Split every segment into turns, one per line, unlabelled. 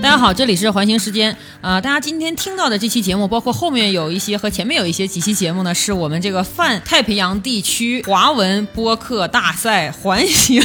大家好，这里是环形时间啊、呃大家今天听到的这期节目，包括后面有一些和前面有一些几期节目呢，是我们这个泛太平洋地区华文播客大赛环形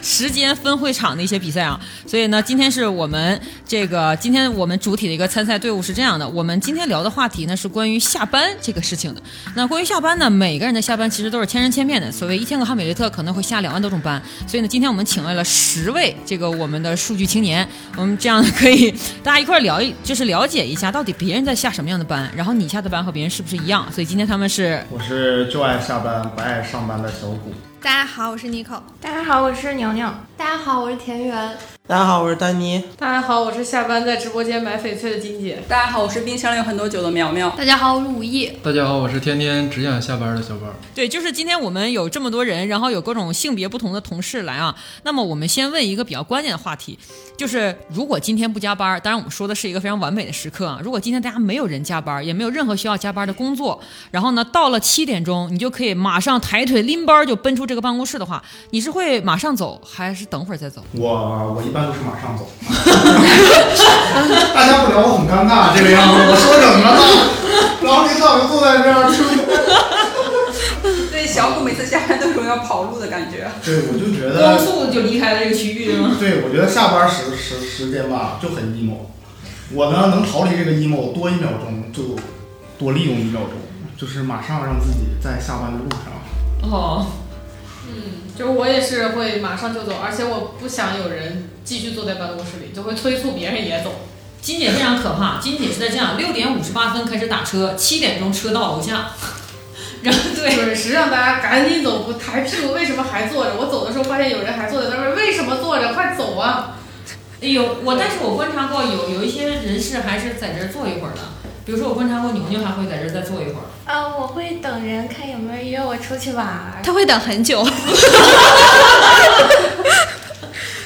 时间分会场的一些比赛啊。所以呢，今天是我们这个今天我们主体的一个参赛队伍是这样的，我们今天聊的话题呢是关于下班这个事情的。那关于下班呢，每个人的下班其实都是千人千面的，所谓一千个哈姆雷特可能会下两万多种班，所以呢，今天我们请来了十位这个我们的数据青年，我们这样可以大家一块儿聊一，就是了解一下到底别人在下什么样的班，然后你下的班和别人是不是一样，所以今天他们是
我是就爱下班不爱上班的小谷。
大家好，我是 Nico。
大家好，我是牛牛。
大家好，我是田园。
大家好，我是丹妮。
大家好，我是下班在直播间买翡翠的金姐。
大家好，我是冰箱里有很多酒的苗苗。
大家好，我是武艺。
大家好，我是天天只想下班的小宝。
对，就是今天我们有这么多人，然后有各种性别不同的同事来啊。那么我们先问一个比较关键的话题，就是如果今天不加班，当然我们说的是一个非常完美的时刻啊。如果今天大家没有人加班，也没有任何需要加班的工作，然后呢，到了七点钟，你就可以马上抬腿拎包就奔出这个办公室的话，你是会马上走，还是等会儿再走？
我我一般都是马上走，大家不聊我很尴尬这个样子，我说什 么了？然后领导就坐在这儿，是不是？
对，小谷每次下班都有种要跑路的感觉。
对，我就觉
光
得，
速就离开了这个区域吗？
对我觉得下班时时时间吧就很 emo，我呢能逃离这个 emo 多一秒钟就多利用一秒钟，就是马上让自己在下班的路上。
哦，
嗯，就是我也是会马上就走，而且我不想有人继续坐在办公室里，就会催促别人也 走。
金姐非常可怕，金姐是在这样六点五十八分开始打车，七点钟车到楼下，然后对。
准时让大家赶紧走，不抬屁股，为什么还坐着？我走的时候发现有人还坐在那边，为什么坐着？快走啊！
有我，但是我观察过有有一些人是还是在这儿坐一会儿的，比如说我观察过牛牛还会在这儿再坐一会儿。
呃，我会等人看有没有人约我出去玩儿。
他会等很久。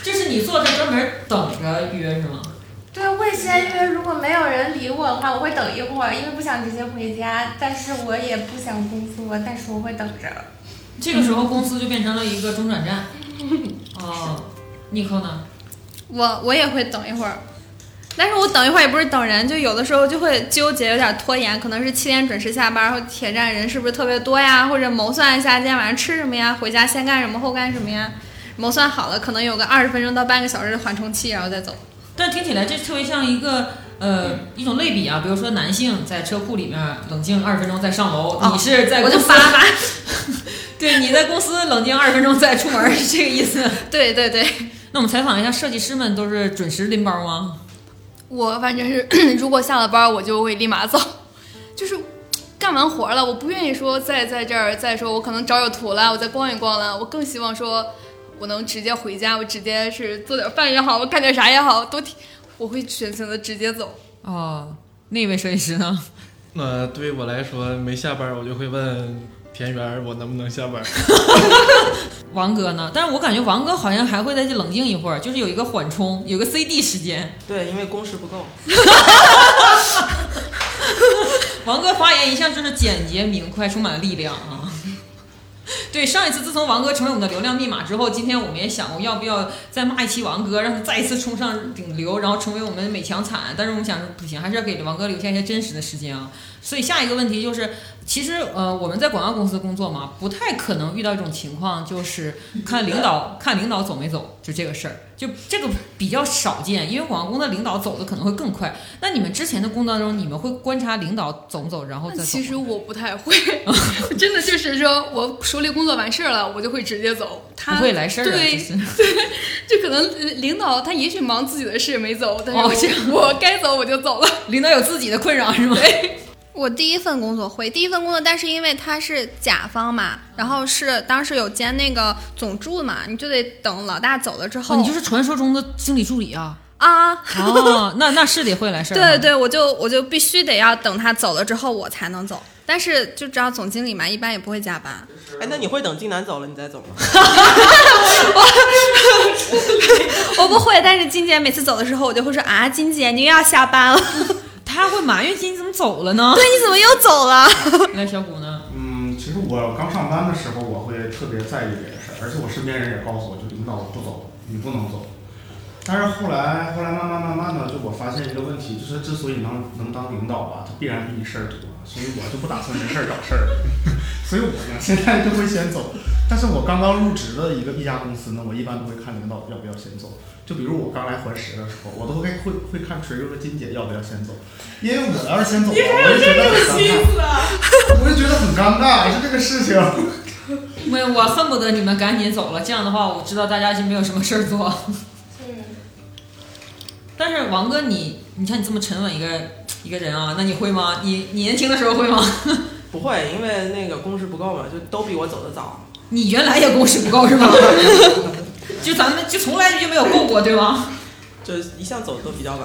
就是你坐这专门等着约是吗？
对，我也先约，如果没有人理我的话，我会等一会儿，因为不想直接回家，但是我也不想工作，但是我会等着。
这个时候公司就变成了一个中转站。
嗯
哦，尼克呢？
我我也会等一会儿，但是我等一会儿也不是等人，就有的时候就会纠结，有点拖延，可能是七点准时下班，或铁站人是不是特别多呀，或者谋算一下今天晚上吃什么呀，回家先干什么后干什么呀。谋算好了，可能有个二十分钟到半个小时的缓冲期，然后再走。
但听起来这特别像一个呃一种类比啊，比如说男性在车库里面冷静二十分钟再上楼，
哦
你是在
我就
公司
发发，
对你在公司冷静二十分钟再出门是这个意思。
对对对，
那我们采访一下设计师们都是准时拎包吗？
我反正是， 如果下了班，我就会立马走，就是干完活了，我不愿意说再在这儿再说，我可能找找图了，我再逛一逛了，我更希望说我能直接回家，我直接是做点饭也好，我干点啥也好，都挺，我会选择的直接走。
哦，那位设计师呢？
呃，对于我来说，没下班我就会问田园我能不能下班。
王哥呢？但是我感觉王哥好像还会在这冷静一会儿，就是有一个缓冲，有个 CD 时间。
对，因为工时不够。
王哥发言一向就是简洁明快，充满了力量啊。对，上一次自从王哥成为我们的流量密码之后，今天我们也想过要不要再骂一期王哥，让他再一次冲上顶流，然后成为我们美强惨。但是我们想不行，还是要给王哥留下一些真实的时间啊。所以下一个问题就是，其实呃我们在广告公司工作嘛，不太可能遇到一种情况，就是看领导看领导走没走，就这个事儿，就这个比较少见，因为广告公司的领导走的可能会更快。那你们之前的工作当中，你们会观察领导走不走，然后再
但
走吗？
其实我不 太会，真的就是说我手里工作完事儿了，我就会直接走。
不
他
会来事儿的，啊
对
其实。
就可能领导他也许忙自己的事没走，但是
哦
我、
这
我该走我就走了。
领导有自己的困扰是吗？
我第一份工作会，第一份工作，但是因为他是甲方嘛，然后是当时有兼那个总助嘛，你就得等老大走了之后，
哦，你就是传说中的经理助理啊！
啊，
哦，那那是得会来事儿。
对，对，我就我就必须得要等他走了之后我才能走，但是就知道总经理嘛，一般也不会 加班，
哎，那你会等金南走了你再走吗？
我不会，但是金姐每次走的时候，我就会说啊，金姐你又要下班了，
他会埋怨你怎么走了呢？
对，你怎么又 走了？
来，小谷呢？
嗯，其实我刚上班的时候，我会特别在意这个事儿，而且我身边人也告诉我，就领导不走，你不能走。但是后来后来慢慢慢慢的，就我发现一个问题，就是之所以能能当领导吧，他必然比你事儿多，所以我就不打算没事儿找事儿， 所以我呢现在就会先走。但是我刚刚入职的一个一家公司呢，我一般都会看领导要不要先走。就比如我刚来环石的时候，我都会会会看锤哥和金姐要不要先走，因为我要是先走了，我就觉得很尴尬，我就觉得很尴尬，是这个事情。
没有，我恨不得你们赶紧走了，这样的话我知道大家就没有什么事儿做。 但是王哥你，你看你这么沉稳一个一个人啊，那你会吗？你你年轻的时候会吗？
不会，因为那个工时不够嘛，就都比我走的早。
你原来也工时不 够是吗？就咱们就从来就没有够过，对吗？
就一向走的都比较晚。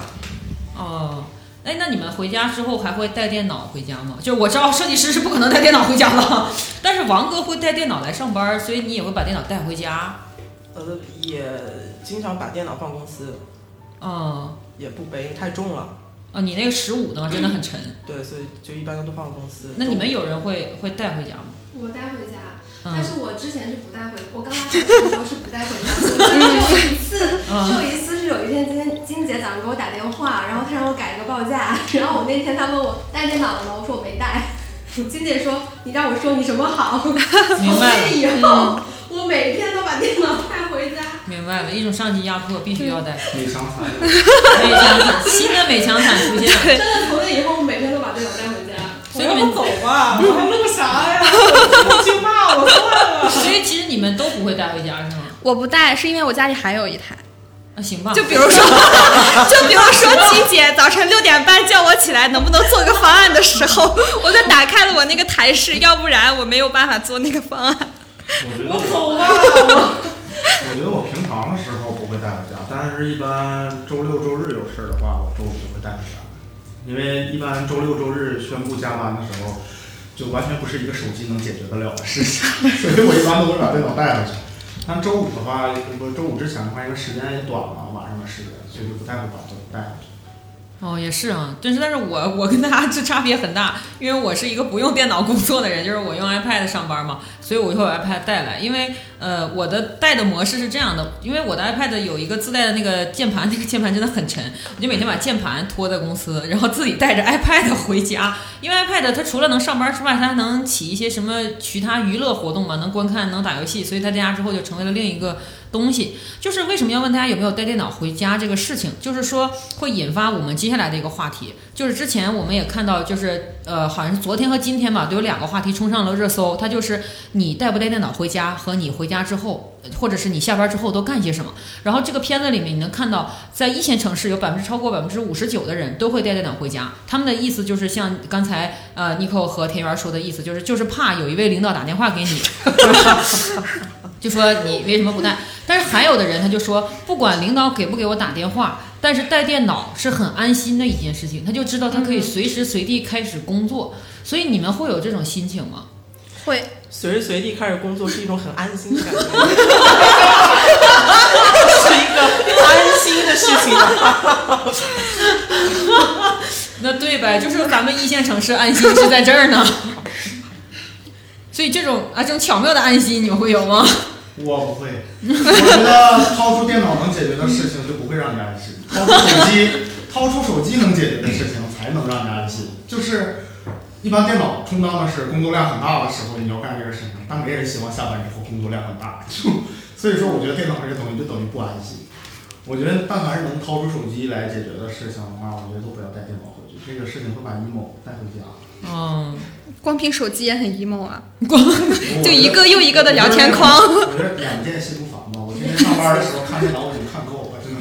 哦，哎，那你们回家之后还会带电脑回家吗？就是我知道设计师是不可能带电脑回家的，但是王哥会带电脑来上班，所以你也会把电脑带回家。
呃，也经常把电脑放公司，
哦，
也不背，太重了。
哦，你那个十五的真的很沉。
对，所以就一嗯般都放公司。
那你们有人会会带回家吗？
我带回家，但
嗯，
是我之前是不带回，我刚来的时候是不带回家的。只有一次，
嗯
只有一次是有一天，今天金姐早上给我打电话，然后她让我改一个报价，然后我那天她问我带电脑了吗？我说我没带。金姐说你让我说你什么好？ 从
明白嗯
那以后，我每天都把电脑带回家。
明白了，一种上级压迫必须要带。
美商惨，
美强惨，新的美强惨出现了。
真的，从那以后，我每天都把电脑带回家。
所以你们
走吧，我还录啥呀？我就骂我算了。
所以其实你们都不会带回家是吗？
我不带是因为我家里还有一台。
那行吧，
就比如说，就比如说，金姐早晨六点半叫我起来，能不能做个方案的时候，我就打开了我那个台式，要不然我没有办法做那个方案。
我觉得
我走吧。
我觉得我平常的时候不会带回家，但是一般周六周日有事儿的话，我周五就会带回家，因为一般周六周日宣布加班的时候，就完全不是一个手机能解决得了的事 情，所以我一般都会把电脑带回去。但周五的话，不周五之前的话，因为时间也短嘛，晚上的时间，所以就不太会把它带回去。
哦，也是啊，但是但是我我跟大家 这差别很大，因为我是一个不用电脑工作的人，就是我用 iPad 上班嘛，所以我就会把 iPad 带来。因为呃，我的带的模式是这样的，因为我的 iPad 有一个自带的那个键盘，那个键盘真的很沉，我就每天把键盘拖在公司，然后自己带着 iPad 回家。因为 iPad 它除了能上班之外，它还能起一些什么其他娱乐活动嘛，能观看，能打游戏，所以它在家之后就成为了另一个东西。就是为什么要问大家有没有带电脑回家这个事情，就是说会引发我们接下来的一个话题，就是之前我们也看到，就是呃，好像是昨天和今天吧，都有两个话题冲上了热搜，它就是你带不带电脑回家和你回家之后，呃或者是你下班之后都干些什么。然后这个片子里面你能看到，在一线城市有百分之超过百分之五十九的人都会带电脑回家，他们的意思就是像刚才呃 n i c o 和田园说的意思，就是就是怕有一位领导打电话给你。就说你为什么不带？但是还有的人他就说，不管领导给不给我打电话，但是带电脑是很安心的一件事情，他就知道他可以随时随地开始工作。所以你们会有这种心情吗？
会，
随时随地开始工作是一种很安心的感觉，是一个安心的事情啊吧。
那对呗，就是咱们一线城市安心是在这儿呢。所以这种啊，这种巧妙的安心你们会有吗？
我不会，我觉得掏出电脑能解决的事情就不会让你安心，掏出手机， 掏出手机能解决的事情才能让你安心。就是一般电脑充当的是工作量很大的时候你要干这个事情，但没人希望下班之后工作量很大， 就所以说我觉得电脑这个东西就等于不安心。我觉得但凡是能掏出手机来解决的事情的话，我觉得都不要带电脑回去，这个事情会把 emo 带回家。
嗯，
光凭手机也很 emo 啊，
我
就
觉得
一个又一个的聊天框。
我觉得眼不见心不烦吧。我今天上班的时候看电脑我已经看够了，真的。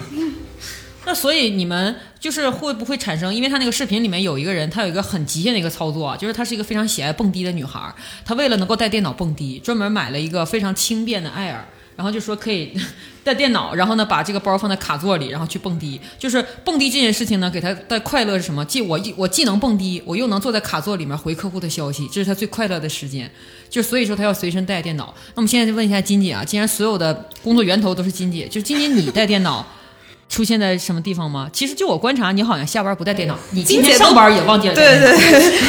那所以你们就是会不会产生？因为他那个视频里面有一个人，他有一个很极限的一个操作啊，就是她是一个非常喜爱蹦迪的女孩儿，她为了能够带电脑蹦迪，专门买了一个非常轻便的艾尔。然后就说可以 带电脑，然后呢把这个包放在卡座里，然后去蹦迪。就是蹦迪这件事情呢，给她带快乐是什么？既我一我既能蹦迪，我又能坐在卡座里面回客户的消息，这是她最快乐的时间。就所以说她要随身带电脑。那么现在就问一下金姐啊，既然所有的工作源头都是金姐，就金姐你带电脑， 出现在什么地方吗？其实就我观察，你好像下班不带电
哎
脑，你今天上班也忘记了。
对，对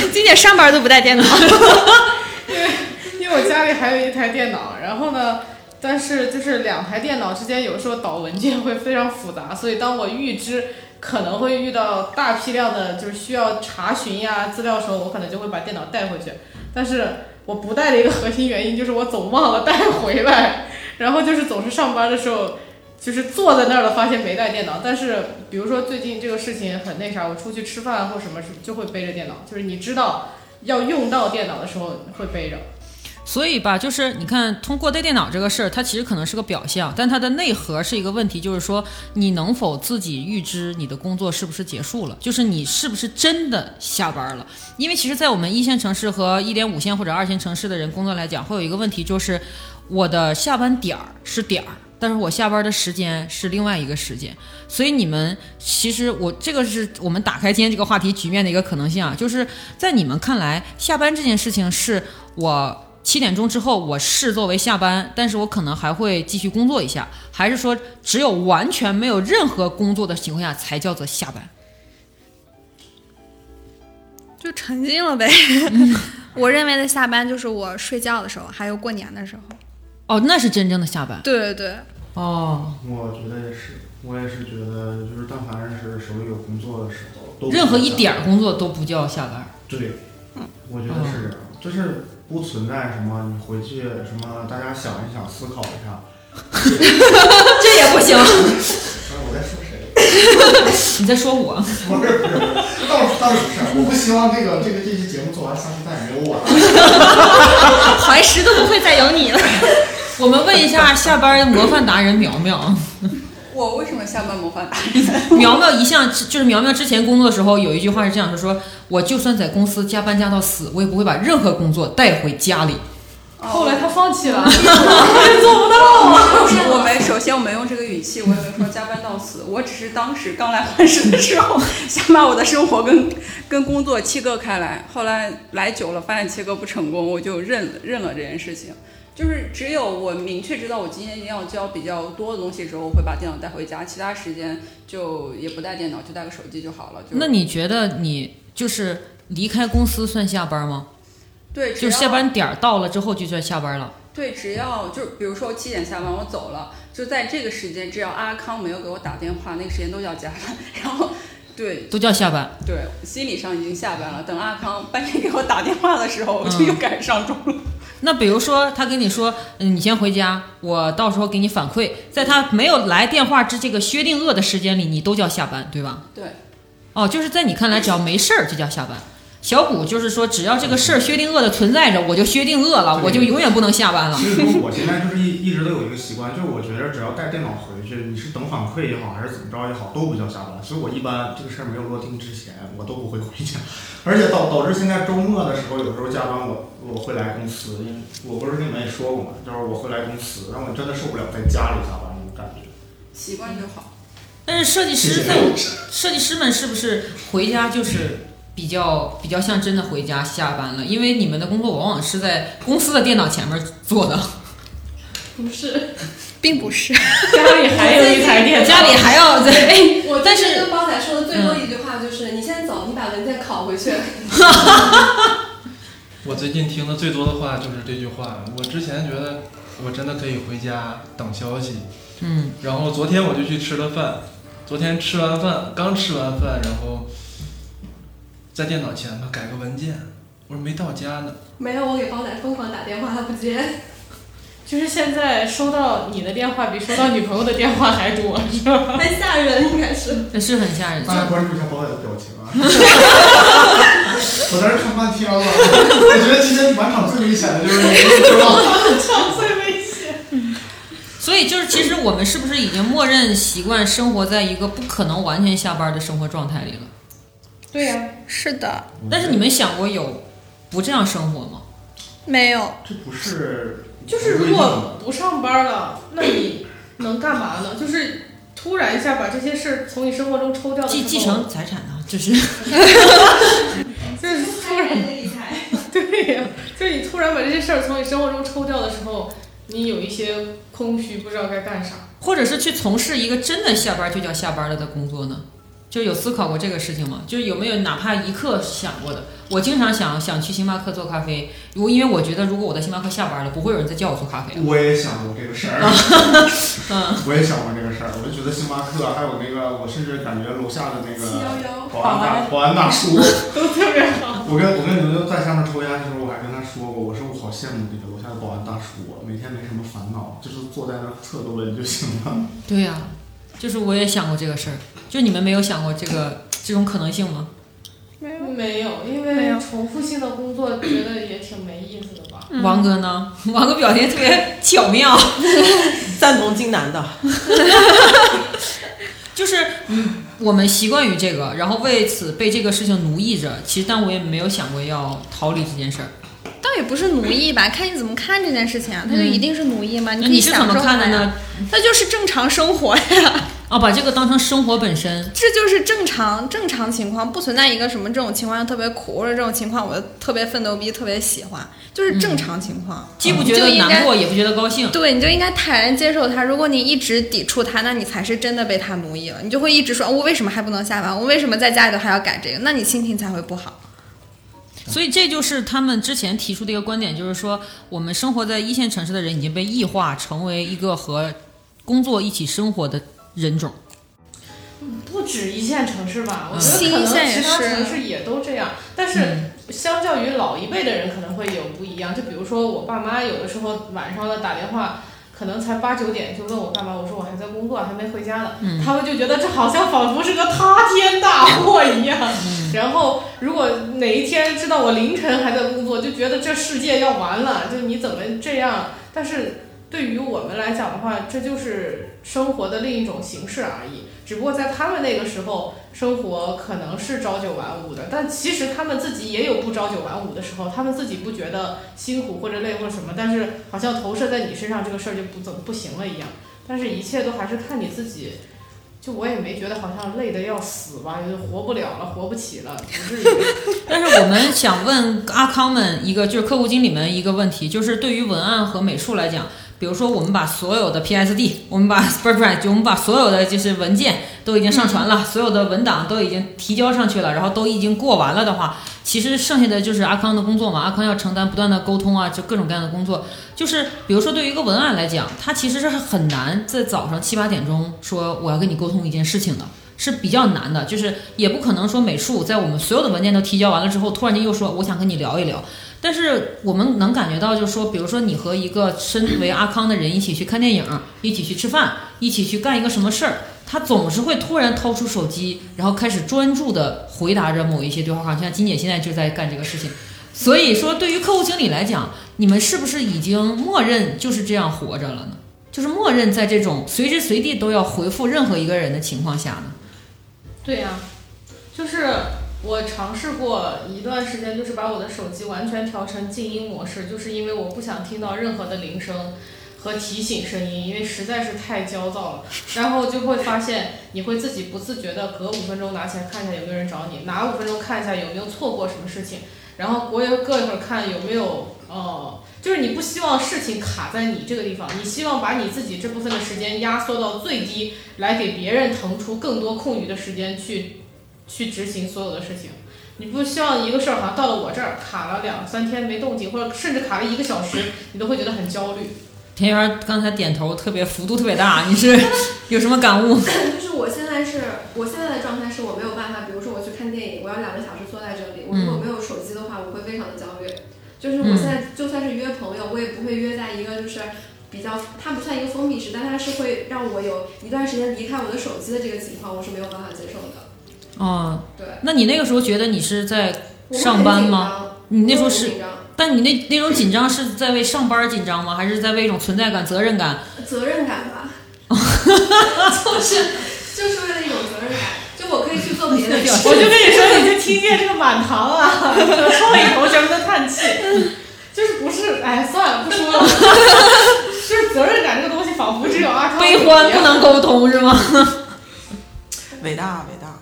对， 金姐上班都不带电脑。
因为我家里还有一台电脑，然后呢，但是就是两台电脑之间有时候导文件会非常复杂，所以当我预知可能会遇到大批量的就是需要查询呀资料的时候，我可能就会把电脑带回去。但是我不带的一个核心原因就是我总忘了带回来，然后就是总是上班的时候。就是坐在那儿了，发现没带电脑。但是，比如说最近这个事情很那啥，我出去吃饭或什么，就会背着电脑。就是你知道要用到电脑的时候会背着。
所以吧，就是你看，通过带电脑这个事儿，它其实可能是个表象，但它的内核是一个问题，就是说你能否自己预知你的工作是不是结束了，就是你是不是真的下班了？因为其实，在我们一线城市和一点五线或者二线城市的人工作来讲，会有一个问题，就是我的下班点儿是点儿。但是我下班的时间是另外一个时间，所以你们其实我这个是我们打开今天这个话题局面的一个可能性啊，就是在你们看来，下班这件事情是我七点钟之后我视作为下班，但是我可能还会继续工作一下，还是说只有完全没有任何工作的情况下才叫做下班？
就沉浸了呗。 我认为的下班就是我睡觉的时候，还有过年的时候。
哦，那是真正的下班。
对对对。
哦，
我觉得也是，我也是觉得，就是但凡是手里有工作的时候，都不
任何一
叫
点儿工作都不叫下 班。
对，我觉得是这样，就是不存在什么你回去什么，大家想一想，思考一下。
这也 不行。
我在说谁？
你在说我？
不是不是，倒是倒是不是，我不希望这个这个这期节目做完，下期再也没有我了。
怀石都不会再有你了。我们问一下下班的模范达人苗苗，
我为什么下班模 范达人？
苗苗一向就是苗苗之前工作的时候有一句话是这样的，说我就算在公司加班加到死，我也不会把任何工作带回家里。
后来他放 弃了，
做不到啊！哦我没，首先我没用这个语气，我也没说加班到死，我只是当时刚来环市的时候， 想把我的生活跟跟工作切割开来。后来来久了，发现切割不成功，我就认了认了这件事情。就是只有我明确知道我今天一定要交比较多的东西之后，我会把电脑带回家，其他时间就也不带电脑，就带个手机就好了。就
那你觉得你就是离开公司算下班吗？
对，只
就是下
要
班点儿到了之后就算下班了。
对，只要就比如说我七点下班，我走了，就在这个时间，只要阿康没有给我打电话，那个时间都叫加班。 然后，对
都叫下班。
对，心理上已经下班了。等阿康半夜给我打电话的时候，我
嗯
就又赶上钟了。
那比如说，他跟你说，嗯，你先回家，我到时候给你反馈。在他没有来电话之这个薛定谔的时间里，你都叫下班，对吧？
对，
哦，就是在你看来，只要没事儿就叫下班。小谷就是说，只要这个事儿薛定谔的存在着，我就薛定谔了，
对
我就永远不能下班了
其。实说我现在就是一一直都有一个习惯，就是我觉得只要带电脑回去，你是等反馈也好，还是怎么着也好，都不叫下班。所以我一般这个事儿没有落定之前，我都不会回家。而且导导致现在周末的时候，有时候加班我我会来公司，因为我不是跟你们也说过嘛，就是我会来公司，让我真的受不了在家里加班那种感觉。
习惯就好。
但是设计师在设计师们是不是回家就是比较比较像真的回家下班了？因为你们的工作往往是在公司的电脑前面做 的，
不是，
并不是。
家里还有一台电脑，
家里还要在。
哎我
但嗯
但
是
是跟包仔说的最多一句话就是：“你先走，你把文件拷回去。
我最近听的最多的话就是这句话。我之前觉得我真的可以回家等消息，
嗯，
然后昨天我就去吃了饭，昨天吃完饭刚吃完饭，然后在电脑前头改个文件，我说没到家呢，”
没有，我给包仔疯狂打电话，他不接。
就是现在收到你的电话比收到女朋友的电话还 多，是吧？
很吓人，应该是。
这是很吓人。
大家关注一下包仔的表情啊！我在这看半天了，我觉得今天满场最危险的就是你，对吧？
上最危险。
所以就是，其实我们是不是已经默认习惯生活在一个不可能完全下班的生活状态里了？
对呀、
是的，
但是你们想过有不这样生活吗？
没有。
这不是
就是如果不上班了，那你能干嘛呢？就是突然一下把这些事儿从你生活中抽掉的
继
时候
继 承财产啊，就是
就是突然
理财。
对呀、就是你突然把这些事儿从你生活中抽掉的时候，你有一些空虚，不知道该干啥。
或者是去从事一个真的下班就叫下班了的工作呢？就有思考过这个事情吗？就是有没有哪怕一刻想过的？我经常想想去星巴克做咖啡，如因为我觉得如果我在星巴克下班了，不会有人再叫我做咖啡了。啊
我也想过这个事儿，
嗯，
我也想过这个事儿。我就觉得星巴克还有那个，我甚至感觉楼下的那个
711
保安大保安大叔，
都特别好。
我跟我跟牛牛在下面抽烟的时候，我还跟他说过，我说我好羡慕这个楼下的保安大叔，啊，每天没什么烦恼，就是坐在那儿侧着闻就行了。
对呀、就是我也想过这个事儿，就你们没有想过这个这种可能性吗？
没有，没有，因
没有
为重复性的工作觉得也挺没意思的吧。
嗯
嗯
王哥呢？ 王哥表现特别巧妙，
赞同金南的。
就是嗯，我们习惯于这个，然后为此被这个事情奴役着。其实，但我也没有想过要逃离这件事儿。
倒也不是奴役吧，看你怎么看这件事情啊。他就
嗯
一定是奴役吗？
那
可以
你是
享
怎么
受
看
它
的
呀
呢？
它就是正常生活 呀，
啊，把这个当成生活本身。
这就是正常正常情况，不存在一个什么这种情况特别苦，或者这种情况我就特别奋斗逼，特别喜欢，就是正常情
嗯
况，
既不
你就
觉得
应该
难过，也不觉得高兴。
对，你就应该坦然接受它。如果你一直抵触它，那你才是真的被它奴役了。你就会一直说，哦我为什么还不能下班？我为什么在家里头还要改这个？那你心情才会 不好。
所以这就是他们之前提出的一个观点，就是说我们生活在一线城市的人已经被异化，成为一个和工作一起生活的人种。
不止一线城市吧，我觉
新
得可
一线
能
也
其他
是
城市也都这样，但是相较于老一辈的人可能会有不一样。就比如说我爸妈有的时候晚上呢打电话，可能才八九点就问我干嘛，我说我还在工作，还没回家呢，
嗯
他们就觉得这好像仿佛是个塌天大祸一样。然后如果哪一天知道我凌晨还在工作，就觉得这世界要完了，就你怎么这样？但是对于我们来讲的话，这就是生活的另一种形式而已。只不过在他们那个时候，生活可能是朝九晚五的，但其实他们自己也有不朝九晚五的时候，他们自己不觉得辛苦或者累或者什么，但是好像投射在你身上这个事儿就不怎么不行了一样。但是一切都还是看你自己。就我也没觉得好像累得要死吧，就是活不了了，活不起了，不至于。
但是我们想问阿康们一个，就是客户经理们一个问题，就是对于文案和美术来讲，比如说我们把所有的 PSD，我们把 s p r e a d r i g h t 我们把所有的就是文件都已经上传了，所有的文档都已经提交上去了，然后都已经过完了的话，其实剩下的就是阿康的工作嘛，阿康要承担不断的沟通啊，就各种各样的工作。就是比如说对于一个文案来讲，它其实是很难在早上七八点钟说我要跟你沟通一件事情的。是比较难的，就是也不可能说美术在我们所有的文件都提交完了之后，突然间又说我想跟你聊一聊。但是我们能感觉到，就是说，比如说你和一个身为阿康的人一起去看电影，一起去吃饭，一起去干一个什么事儿，他总是会突然掏出手机，然后开始专注的回答着某一些对话框。像金姐现在就在干这个事情。所以说，对于客户经理来讲，你们是不是已经默认就是这样活着了呢？就是默认在这种随时随地都要回复任何一个人的情况下呢？
对呀、就是我尝试过一段时间，就是把我的手机完全调成静音模式，就是因为我不想听到任何的铃声和提醒声音，因为实在是太焦躁了。然后就会发现，你会自己不自觉的隔五分钟拿起来看一下有没有人找你，拿五分钟看一下有没有错过什么事情，然后过一过一会儿看有没有呃。就是你不希望事情卡在你这个地方，你希望把你自己这部分的时间压缩到最低，来给别人腾出更多空余的时间去去执行所有的事情。你不希望一个事儿好像到了我这儿卡了两三天没动静，或者甚至卡了一个小时，你都会觉得很焦虑。
田园儿刚才点头特别幅度特别 大，你是有什么感
嗯
悟？
就是我现在是我现在的状态是我没有办法，比如说我去看电影，我要两个小时坐在这里，我如果
嗯
没有手机的话，我会非常的焦虑。就是
嗯
我现在就算是约朋友，我也不会约在一个就是比较，它不算一个封闭式，但它是会让我有一段时间离开我的手机的这个情况，我是没有办法接受的。
哦，
对，
那你那个时候觉得你是在
我会
上班
很紧
吗？
张？
你那时候
我会很
是
紧张
但你那那种紧张是在为上班儿紧张吗？还是在为一种存在感、责任感？
责任感吧， 就是就是为了一种责任感，就我可以去做别的事
我就跟你说，你就听见这个满堂啊，双眼同学们的叹气，就是不是？哎，算了，不 说了。就是责任感这个东西，仿佛只有阿康
悲欢不能沟通是吗？
伟大伟大，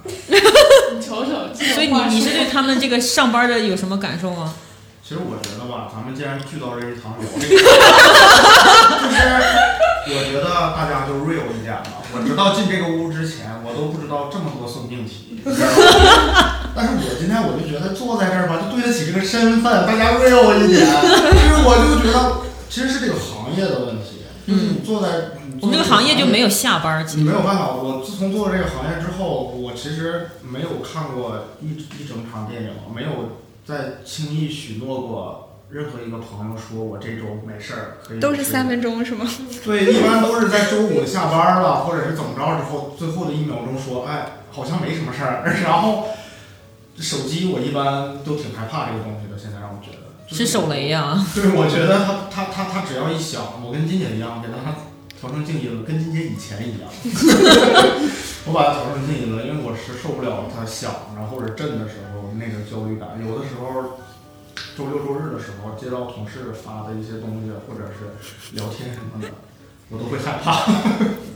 你瞅瞅，这种
所以
话
你你是
术
对他们这个上班儿的有什么感受吗？
其实我觉得吧，咱们既然聚到这一堂聊这个，就是我觉得大家就 real 一点吧。我直到进这个屋之前，我都不知道这么多送命题。身份，大家 real 一点。就是我就觉得，其实是这个行业的问题。就是你坐在嗯
我们这个行业就没有下班儿其实
你没有办法。我自从做了这个行业之后，我其实没有看过一一整场电影，没有再轻易许诺过任何一个朋友说我这周没事儿可以。
都是三分钟是吗？
对，一般都是在周五下班了，或者是怎么着之后，最后的一秒钟说，哎，好像没什么事儿。 然后手机我一般都挺害怕这个东西的，现在让我觉得就是
手雷啊呀
对，我觉得它它它它只要一响，我跟金姐一样，给它调成静音了，跟金姐以前一样。 我把它调成静音了，因为我是受不了它响，然后或者震的时候那个焦虑感，有的时候。周六周日的时候接到同事发的一些东西，或者是聊天什么的，我都会害怕。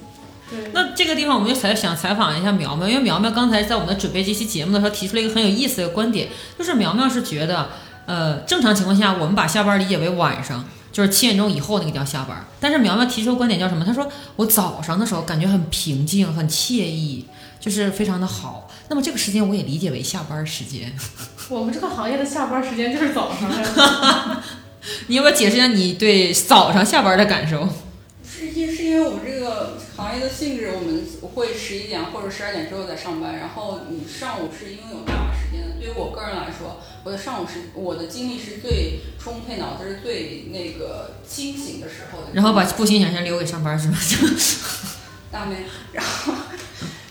那这个地方我们就采想采访一下苗苗，因为苗苗刚才在我们准备这期节目的时候提出了一个很有意思的观点，就是苗苗是觉得，呃，正常情况下我们把下班理解为晚上，就是七点钟以后那个叫下班。但是苗苗提出的观点叫什么？她说我早上的时候感觉很平静，很惬意，就是非常的好。那么这个时间我也理解为下班时间。
我们这个行业的下班时间就是早上呀。
你要不要解释一下你对早上下班的感受？
是因是因为我们这个行业的性质，我们会十一点或者十二点之后再上班，然后你上午是拥有大把时间的。对于我个人来说，我的上午是我的精力是最充沛，脑子是最那个清醒的时候的。
然后把不清醒先留给上班 是吗？
大妹， 然后。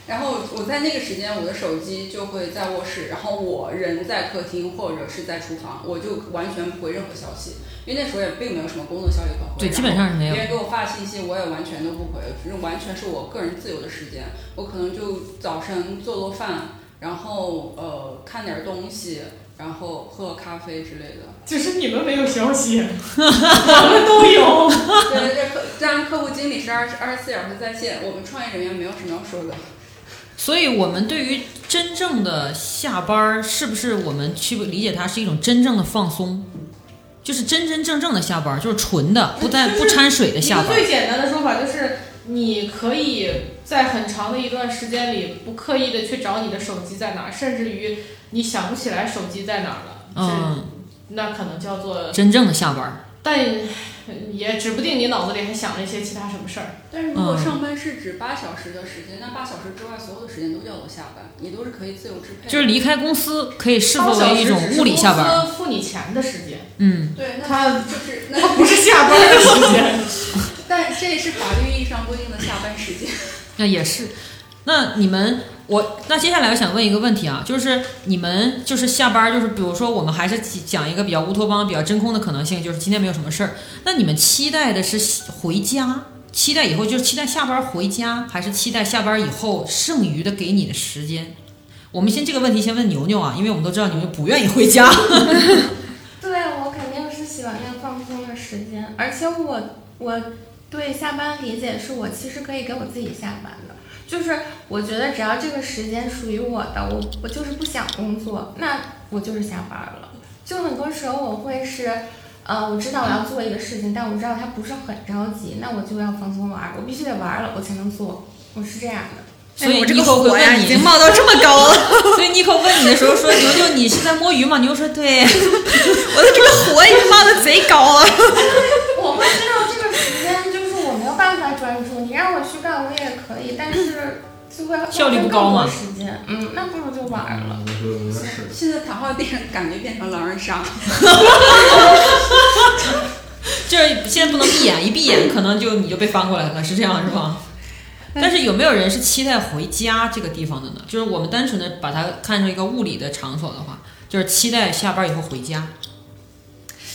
然后我在那个时间，我的手机就会在卧室，然后我人在客厅或者是在厨房，我就完全不回任何消息，因为那时候也并没有什么工作消息可回。
对基本上是没有
别人给我发信息，我也完全都不回，完全是我个人自由的时间。我可能就早晨做做饭，然后呃看点东西，然后喝喝咖啡之类的。
就是你们没有消息，我们都有。
对对对，客但客户经理是二十二十四小时在线，我们创业人员没有什么要说的。
所以，我们对于真正的下班儿，是不是我们去理解它是一种真正的放松，就是真真正正的下班儿，就是纯
呃
的，不带不掺水的下班
儿。最简单的说法就是，你可以在很长的一段时间里不刻意的去找你的手机在哪，甚至于你想不起来手机在哪儿了。
嗯，
那可能叫做
真正的下班儿。
但也指不定你脑子里还想了一些其他什么事儿。
但是如果上班是指八小时的时间，那八小时之外所有的时间都叫做下班，你都是可以自由支配。
就是离开公司可以视作为一种物理下班。
付你钱的时间。
嗯。
对，那
他
就是
那不是下班的时间。
但这是法律意义上规定的下班时间。
那也是。那你们，我那接下来我想问一个问题啊，就是你们就是下班就是，比如说我们还是讲一个比较乌托邦、比较真空的可能性，就是今天没有什么事儿。那你们期待的是回家，期待以后就是期待下班回家，还是期待下班以后剩余的给你的时间？我们先这个问题先问牛牛啊，因为我们都知道牛牛不愿意回家。
对我肯定是喜欢那个放松的时间，而且我我对下班理解是我其实可以给我自己下班的。就是我觉得只要这个时间属于我的，我我就是不想工作，那我就是下班了。就很多时候我会是，呃，我知道我要做一个事情，但我知道它不是很着急，那我就要放松玩，我必须得玩了我才能做，我是这样的。
所以
哎我这
个
火呀已经冒到这么高了。
所以妮蔻问你的时候说：“牛牛，你是在摸鱼吗？”牛说：“对。”
我的这个火已经冒的贼高了。
我会知道这个时间就是。我没有办法专注，你让我去干我也可以，但是就会
效率不高嘛。
时间，嗯，那不如就玩了。
嗯、是
现在谈话变感觉变成狼人 杀，
就是现在不能闭眼，一闭眼可能就你就被翻过来了，是这样是吗？
嗯
但是有没有人是期待回家这个地方的呢？就是我们单纯的把它看成一个物理的场所的话，就是期待下班以后回家。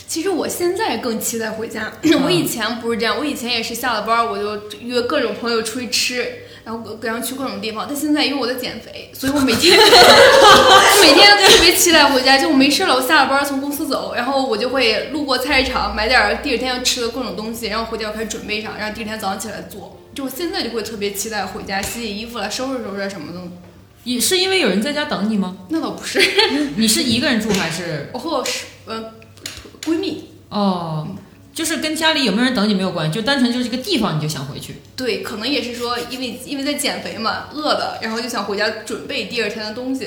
其实我现在更期待回家。
嗯
我以前不是这样，我以前也是下了班我就约各种朋友出去吃，然后然后去各种地方。但现在因为我在减肥，所以我每 天我每天特别期待回家。就我没事了，我下了班从公司走，然后我就会路过菜市场买点第二天要吃的各种东西，然后回家我开始准备上，然后第二天早上起来做。就我现在就会特别期待回家，洗洗衣服了，收拾收拾什么的。
也是因为有人在家等你吗？
那倒不是。
嗯
你是一个人住还是？
我和我是呃。闺蜜
哦，就是跟家里有没有人等你没有关系，就单纯就是这个地方你就想回去。
对，可能也是说，因为因为在减肥嘛，饿了，然后就想回家准备第二天的东西。就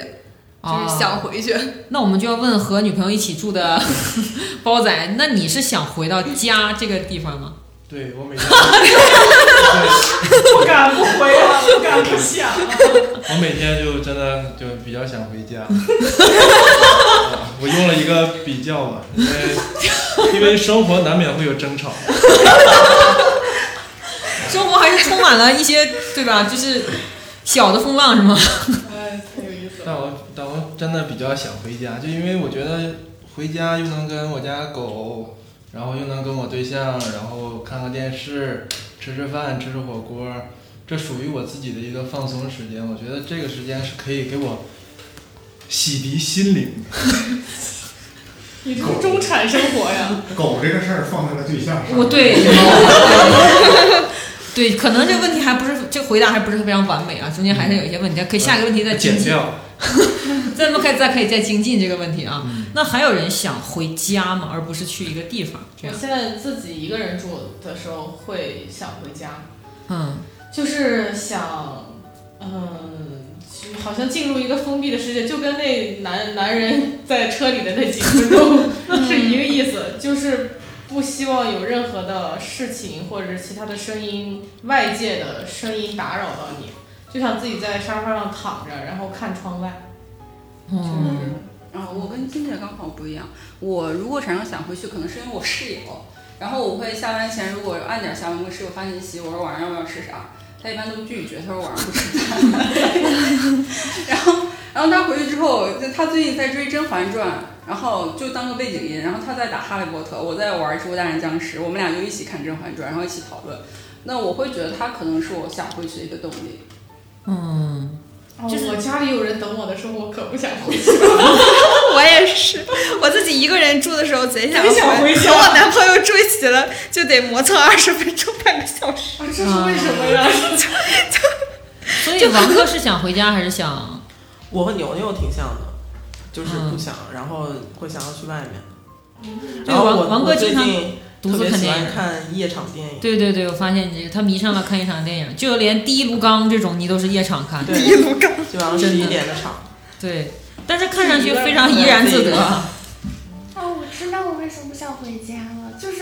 是想回去。
哦 那我们就要问和女朋友一起住的 包仔，那你是想回到家这个地方吗？
对我每天，
不敢不回啊，不敢不想啊。
我每天就真的就比较想回家。啊我用了一个比较吧，因为因为生活难免会有争吵，
生活还是充满了一些，对吧？就是小的风浪，是吗？
但我但我真的比较想回家，就因为我觉得回家又能跟我家狗，然后又能跟我对象，然后看看电视，吃吃饭，吃吃火锅，这属于我自己的一个放松时间。我觉得这个时间是可以给我洗涤心灵的。
你这是中产生活呀！
狗这个事儿放在了对象上，
我哦对， 对对，可能这个问题还不是这个回答还不是非常完美啊，中间还是有一些问题，可以下一个问题再精
减
进。
掉。
咱们可以再可以再精进这个问题啊。那还有人想回家吗？而不是去一个地方这
我
样？
现在自己一个人住的时候会想回家，
嗯，
就是想，嗯，就好像进入一个封闭的世界，就跟那男男人在车里的那几分钟 是一个意思，就是不希望有任何的事情或者是其他的声音、外界的声音打扰到你，就想自己在沙发上躺着，然后看窗外。
嗯，
啊，我跟金姐刚好不一样。我如果产生想回去，可能是因为我室友，然后我会下班前如果按点下班，我室友发信息，我说晚上要不要吃啥，他一般都拒绝，他说晚上不吃饭。然后，然后他回去之后，他最近在追《甄嬛传》，然后就当个背景音，然后他在打《哈利波特》，我在玩《植物大战僵尸》，我们俩就一起看《甄嬛传》，然后一起讨论。那我会觉得他可能是我想回去的一个动力。
嗯，
哦
就是
我家里有人等我的时候，我可不想回去。
我也是，我自己一个人住的时候贼想
贼想回家
和我男朋友住一起了，就得磨蹭二十分钟半个小时。
啊这是为什么呀？
所以王哥是想回家还是想？
我和牛牛挺像的，就是
嗯
不想，然后会想要去外面。然后
对王
我
王哥
我最
经常
近
独
特
自
别
看
喜
电
欢
影
看夜场电影。
对对对，我发现你这他迷上了看一场电影，就连《第一炉缸》这种你都是夜场看的，
对，
一路杠，
就晚上十一点的场。
对，但是看上去非常怡然自得。
哦，我知道我为什么不想回家了，就是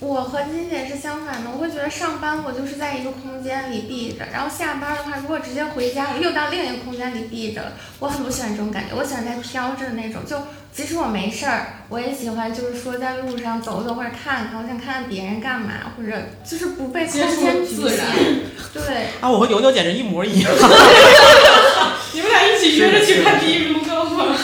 我和金姐是相反的，我会觉得上班我就是在一个空间里闭着，然后下班的话，如果直接回家，我又到另一个空间里闭着了，我很不喜欢这种感觉，我喜欢在飘着的那种，就即使我没事儿，我也喜欢就是说在路上走走或者看看，我想看看别人干嘛，或者就是不被空
接触
间局
自
限
然，
对。
啊，我和牛牛简直一模 一样。
啊
你们俩一起约着去看《第一炉缸》 吗？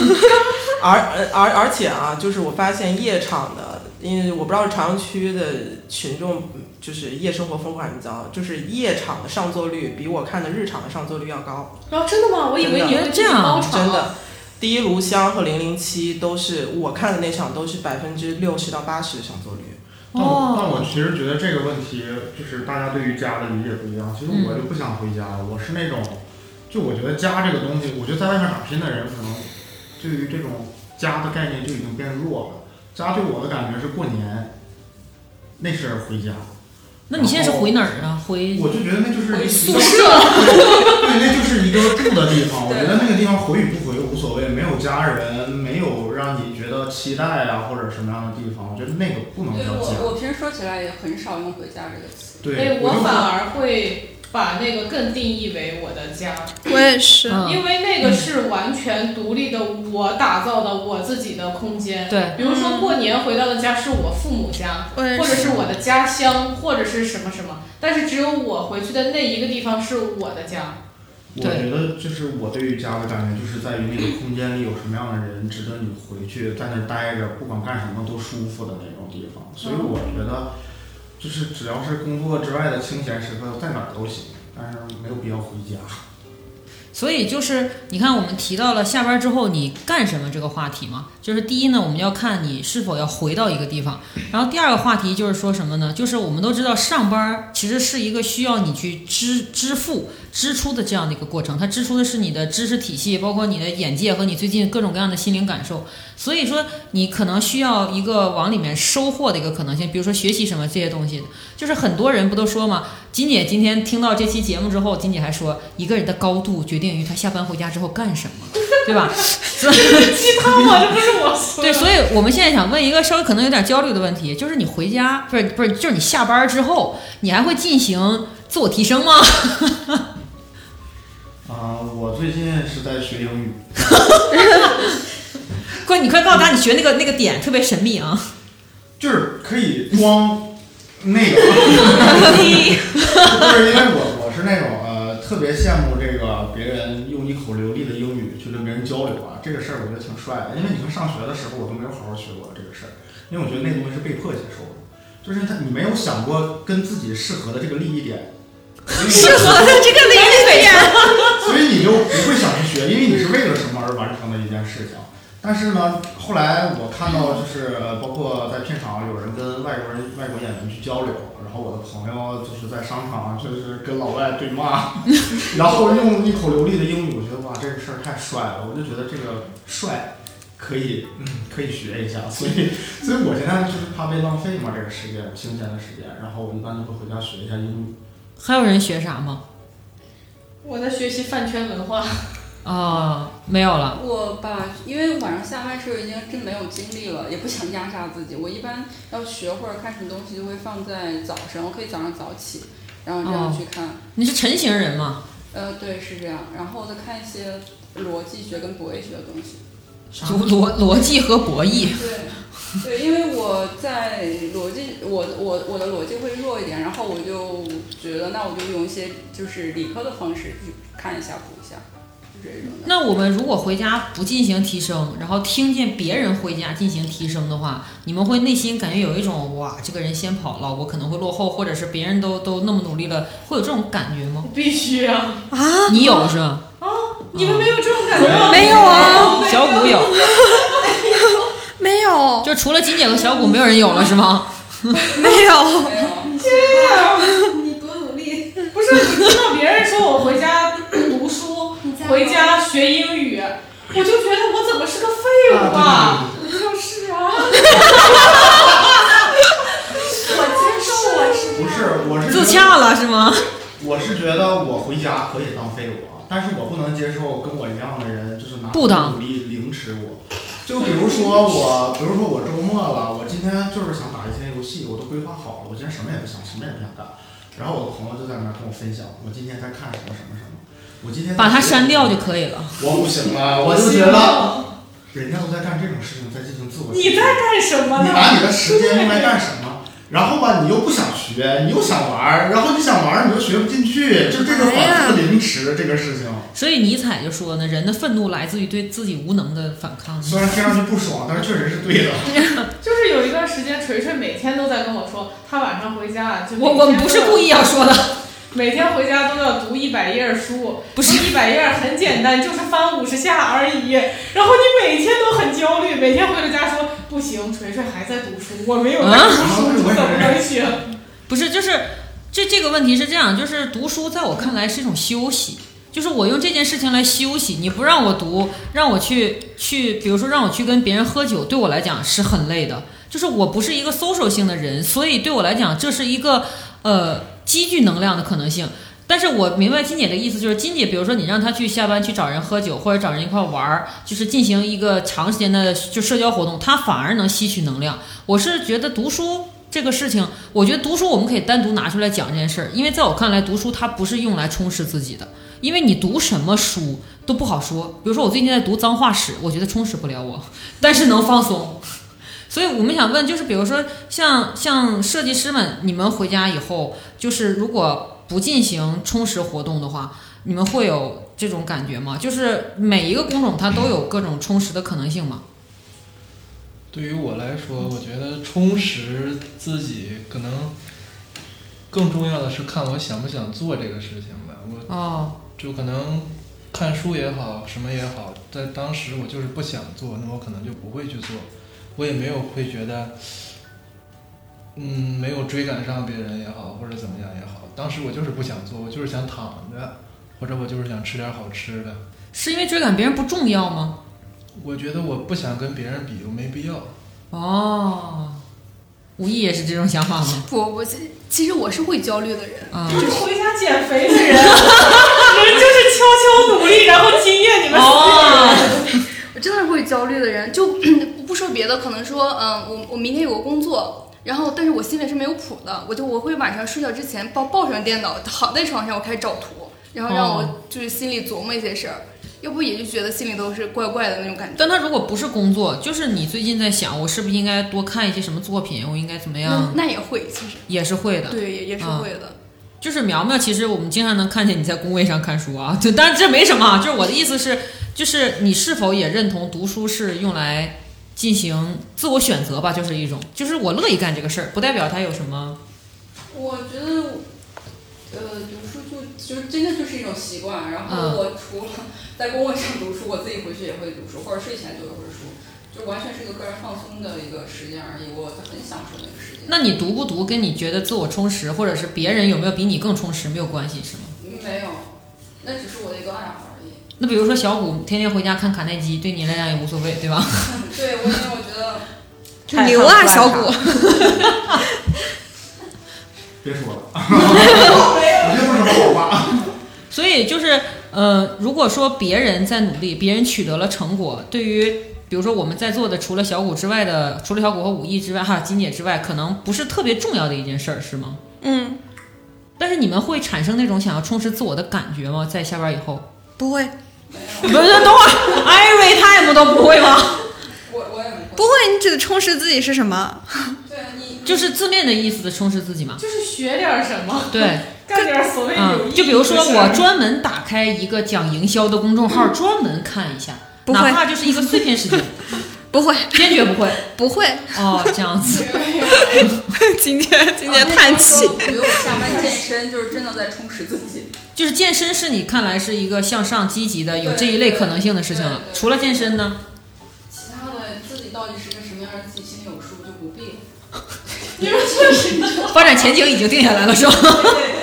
而呃而而且啊，就是我发现夜场的，因为我不知道朝阳区的群众嗯就是夜生活疯狂，你知道，就是夜场的上座率比我看的日场的上座率要高，
然后真的吗？我以为你会
啊这样
包场。
真的。第一炉香和零零七都是我看的那场，都是百分之六十到八十的上座率。
但我但
哦，
我其实觉得这个问题就是大家对于家的理解不一样。其实我就
嗯
不想回家了，我是那种，就我觉得家这个东西，我觉得在外面打拼的人，可能对于这种家的概念就已经变弱了。家对我的感觉是过年，那是回家。
那你现在是回哪儿啊？回
我就觉得那就是一
宿
个
舍？
对，那就是一个住的地方。我觉得那个地方回与不回无所谓，没有家人，没有让你觉得期待啊或者什么样的地方，我觉得那个不能
对
叫家。
我，我平时说起来也很少用“回家”这个词。
对，
哎，
我
我
就
反而会把那个更定义为我的家，
我也是
嗯
因为那个是完全独立的，我打造的我自己的空间。
对，
比如说过年回到的家是我父母家，
嗯我也
或者是我的家乡，或者是什么什么，但是只有我回去的那一个地方是我的家。
我 觉
对
得就是我对于家的感觉，就是在于那个空间里有什么样的人值得你回去在那儿待着，不管干什么都舒服的那种地方。所以我觉得，就是只要是工作之外的清闲时刻，在哪儿都行，但是没有必要回家。
所以就是你看，我们提到了下班之后你干什么这个话题嘛，就是第一呢，我们要看你是否要回到一个地方，然后第二个话题就是说什么呢？就是我们都知道上班儿其实是一个需要你去支支付支出的这样的一个过程，它支出的是你的知识体系，包括你的眼界和你最近各种各样的心灵感受。所以说你可能需要一个往里面收获的一个可能性，比如说学习什么这些东西。就是很多人不都说嘛，金姐今天听到这期节目之后，金姐还说，一个人的高度决定于他下班回家之后干什么。对 吧？
鸡汤嘛，这不是我说的。
对，所以嗯我们现在想问一个稍微可能有点焦虑的问题，就是你回家不是不是，就是你下班之后，你还会进行自我提升吗？
啊、我最近是在学英语，
快，你快告诉他你学那个那个点特别神秘啊！
就是可以光那个，就是因为我我是那种呃特别羡慕这个别人用一口流利的英语去跟别人交流啊，这个事儿我觉得挺帅的。因为你从上学的时候我都没有好好学过这个事儿，因为我觉得那东西是被迫接受的，就是他你没有想过跟自己适合的这个利益点，适
合的这个理解，
所以你就不会想去学，因为你是为了什么而完成的一件事情。但是呢，后来我看到就是呃包括在片场有人跟外国人、外国演员去交流，然后我的朋友就是在商场就是跟老外对骂， 然后用一口流利的英语，我觉得哇这个事儿太帅了，我就觉得这个帅可以嗯可以学一下，所 以所以我现在就是怕被浪费嘛这个时间新鲜的时间，然后我一般就会回家学一下英语。
还有人学啥吗？
我在学习饭圈文化，
哦，没有了。
我吧，因为晚上下班时候已经真没有精力了，也不想压榨自己。我一般要学或者看什么东西，就会放在早上，我可以早上早起，然后这样去看。
哦你是晨型人吗？
呃，对，是这样。然后再看一些逻辑学跟博弈学的东西。
逻逻辑和博弈，
对，对，因为我在逻辑，我我我的逻辑会弱一点，然后我就觉得那我就用一些就是理科的方式去看一下补一下，就这种的。
那我们如果回家不进行提升，然后听见别人回家进行提升的话，你们会内心感觉有一种哇，这个人先跑了，我可能会落后，或者是别人都都那么努力了，会有这种感觉吗？
必须啊！
你有是 吧？
你们没有这种感觉吗？
没有啊，
小谷有，
没有，
就除了金姐和小谷，没有人有了是吗？
没有，
没有。
啊
你多努力，
不是你听到别人说我回家读书，回家学英语，我就觉得我怎么是个废物啊？
嗯
就是啊。 我接受我是
不是，我是
自洽了是吗？
我是觉得我回家可以当废物啊，但是我不能接受跟我一样的人就是拿
不当
努力凌迟我。就比如说我，比如说我周末了，我今天就是想打一天游戏，我都规划好了，我今天什么也不想，什么也不想干。然后我的朋友就在那儿跟我分享，我今天在看什么什么什么，我今天
把它删掉就可以了。
我不行了，我就觉得人家都在干这种事情，在进行自我提升。
你在干什么
你
呢？
拿你的时间用来干什么？然后吧，你又不想学，你又想玩儿，然后你想玩儿，你又学不进去，就这个反复凌迟这个事情，
所以尼采就说呢，人的愤怒来自于对自己无能的反抗。
虽然听上去不爽，但是确实是对的。
就是有一段时间，锤锤每天都在跟我说，他晚上回家啊就
我我们不是故
意，
意要说的，
每天回家都要读一百页书，
不是
一百页很简单，就是翻五十下而已。然后你每天都很焦虑，每天回了家说不行，锤锤还在读书， 我没有在读书，
啊
怎么能行？
不是就是这这个问题是这样，就是读书在我看来是一种休息。就是我用这件事情来休息，你不让我读，让我去去，比如说让我去跟别人喝酒，对我来讲是很累的。就是我不是一个 social 性的人，所以对我来讲，这是一个呃积聚能量的可能性。但是我明白金姐的意思，就是金姐，比如说你让她去下班去找人喝酒，或者找人一块玩儿，就是进行一个长时间的就社交活动，她反而能吸取能量。我是觉得读书这个事情，我觉得读书我们可以单独拿出来讲这件事儿，因为在我看来，读书它不是用来充实自己的，因为你读什么书都不好说。比如说我最近在读脏话史，我觉得充实不了我， 但是能放松。所以我们想问，就是比如说像像设计师们，你们回家以后，就是如果不进行充实活动的话，你们会有这种感觉吗？就是每一个工种它都有各种充实的可能性吗？
对于我来说，我觉得充实自己可能更重要的是看我想不想做这个事情吧。我
哦，
就可能看书也好，什么也好，在当时我就是不想做，那我可能就不会去做，我也没有会觉得，嗯，没有追赶上别人也好，或者怎么样也好，当时我就是不想做，我就是想躺着，或者我就是想吃点好吃的。
是因为追赶别人不重要吗？
我觉得我不想跟别人比，我没必要。
哦，无意也是这种想法吗？
不，我其其实我是会焦虑的人，
啊、
就是回家 减肥的人，人就是悄悄努力，然后惊艳你们所有人。
哦，
我真的是会焦虑的人，就 不说别的，可能说，嗯，我我明天有个工作，然后但是我心里是没有谱的，我就我会晚上睡觉之前抱抱上电脑，躺在床上，我开始找图，然后让
哦
我就是心里琢磨一些事儿，要不也就觉得心里都是怪怪的那种感觉。
但他如果不是工作，就是你最近在想，我是不是应该多看一些什么作品，我应该怎么样
嗯，，那也会，其实
也是会的。
对，也也是
啊
会的。
就是苗苗，其实我们经常能看见你在工位上看书啊，就当然这没什么啊，就是我的意思是，就是你是否也认同读书是用来进行自我选择吧，就是一种，就是我乐意干这个事儿，不代表他有什么，
我觉得，呃，读书就就是真的就是一种习惯。然
嗯
后我除了在工位上读书，我自己回去也会读书，或者睡前读一会儿书，就完全是一个个人放松的一个时间而已。我很享受那个时间。
那你读不读跟你觉得自我充实，或者是别人有没有比你更充实没有关系，是吗？
没有，那只是我的一个爱好而已。
那比如说小谷天天回家看卡耐基，对你来讲也无所谓，对吧？
对我，因为我觉得
牛啊，小谷！
别说了，我这不是好话。
所以就是，呃，如果说别人在努力，别人取得了成果，对于比如说我们在座的除了小谷之外的，除了小谷和武艺之外，哈金姐之外，可能不是特别重要的一件事儿，是吗？
嗯，
但是你们会产生那种想要充实自我的感觉吗？在下班以后，
不会，
不是，等会儿 every time 都不会吗？
我我也没
不会，你指的充实自己是什么？
对你
就是字面的意思的充实自己嘛。
就是学点儿什么，
对，
干点儿所谓有意
嗯，
义
就比如说
的事儿
我专门打开一个讲营销的公众号，专门看一下，
不会
哪怕就是一个碎片时间，
不会，
坚决不会。
不会。
哦，这样子。 哦
今天今天
啊那
叹
刚
气
说，我觉得我下班健身就是真的在充实自己。
就是健身是你看来是一个向上、积极的、有这一类可能性的事情了
对。对
除了健身呢，
其他的自己到底是个什么样的，自己心里有数就不 必了。
发展前景已经定下来了，是吧？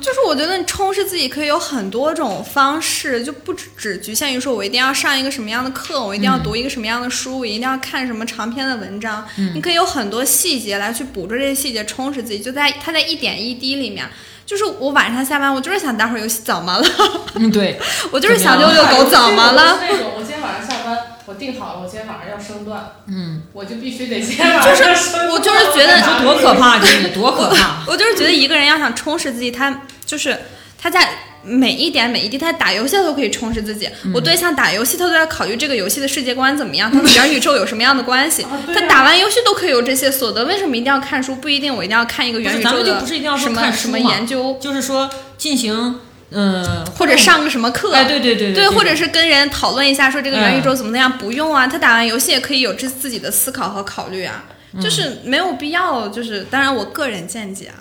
就是我觉得你充实自己可以有很多种方式，就不只只局限于说我一定要上一个什么样的课，我一定
嗯
要读一个什么样的书，我一定要看什么长篇的文章。
嗯
你可以有很多细节来去捕捉这些细节，充实自己。就在它在一点一滴里面，就是我晚上下班，我就是想打会儿游戏，怎么了？
嗯，对，
我就是想遛遛
我
狗，怎么了？
是那种，哎 我今天晚上下班，我定好了，我今天晚上要升段，
嗯，
我就必须得今天晚上升段。
我就是觉得
你说多可怕，就是多可 怕。
我就是觉得一个人要想充实自己，他就是他在每一点每一滴，他打游戏他都可以充实自己。
嗯
我对象打游戏，他都在考虑这个游戏的世界观怎么样，他跟元宇宙有什么样的关
哦
系。
啊对
他
啊
打完游戏都可以有这些所得，为什么一定要看书？不一定我一定要看一个元宇
咱
宙
们就
的
不是一定要
什
说
么
看
什
书
么
嘛
研究，啊
就是说进行，嗯，
或者上个什么课。
哎，对对对
对，
对，嗯
或者是跟人讨论一下，说这个元宇宙怎么那样，不用啊。他打完游戏也可以有自自己的思考和考虑啊，就是没有必要，就是当然我个人见 解啊，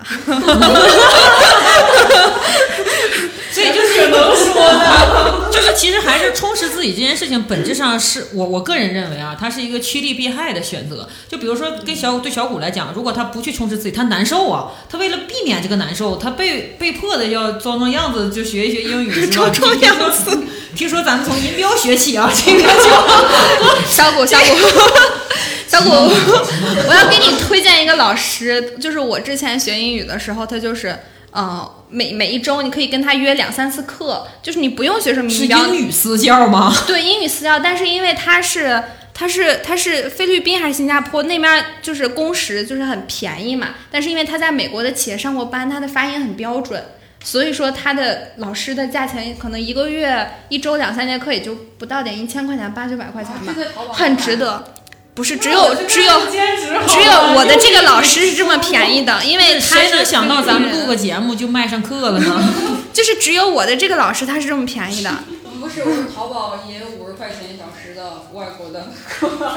所以就是能说 的，就是其实还是充实自己这件事情，本质上是我我个人认为啊，它是一个趋利避害的选择。就比如说跟小对小谷来讲，如果他不去充实自己，他难受啊，他为了避免这个难受，他被被迫的要装装样子，就学一学英语，是吧
装装样子。
听说咱们从音标学起啊，这个就
小谷，小谷， 小谷， 我要给你推荐一个老师，就是我之前学英语的时候，他就是，呃，每每一周你可以跟他约两三次课，就是你不用学什么
是
音标，
英语私教吗？
对英语私教，但是因为他是他是他是菲律宾还是新加坡那边，就是工时就是很便宜嘛，但是因为他在美国的企业上过班，他的发音很标准。所以说，他的老师的价钱可能一个月、一周两三节课也就不到点一千块钱、八九百块钱
就，
吧
哦在淘宝
很值
得。
得。不是只
那我
有
就
只
干
有
个兼职好了
只有我的这个老师是这么便宜的，因为他
谁能
是
想到咱们录
个
个节目就卖上课了呢？
就是只有我的这个老师他是这么便宜的，
不是，我们淘宝也有五十块钱一小时的外国的，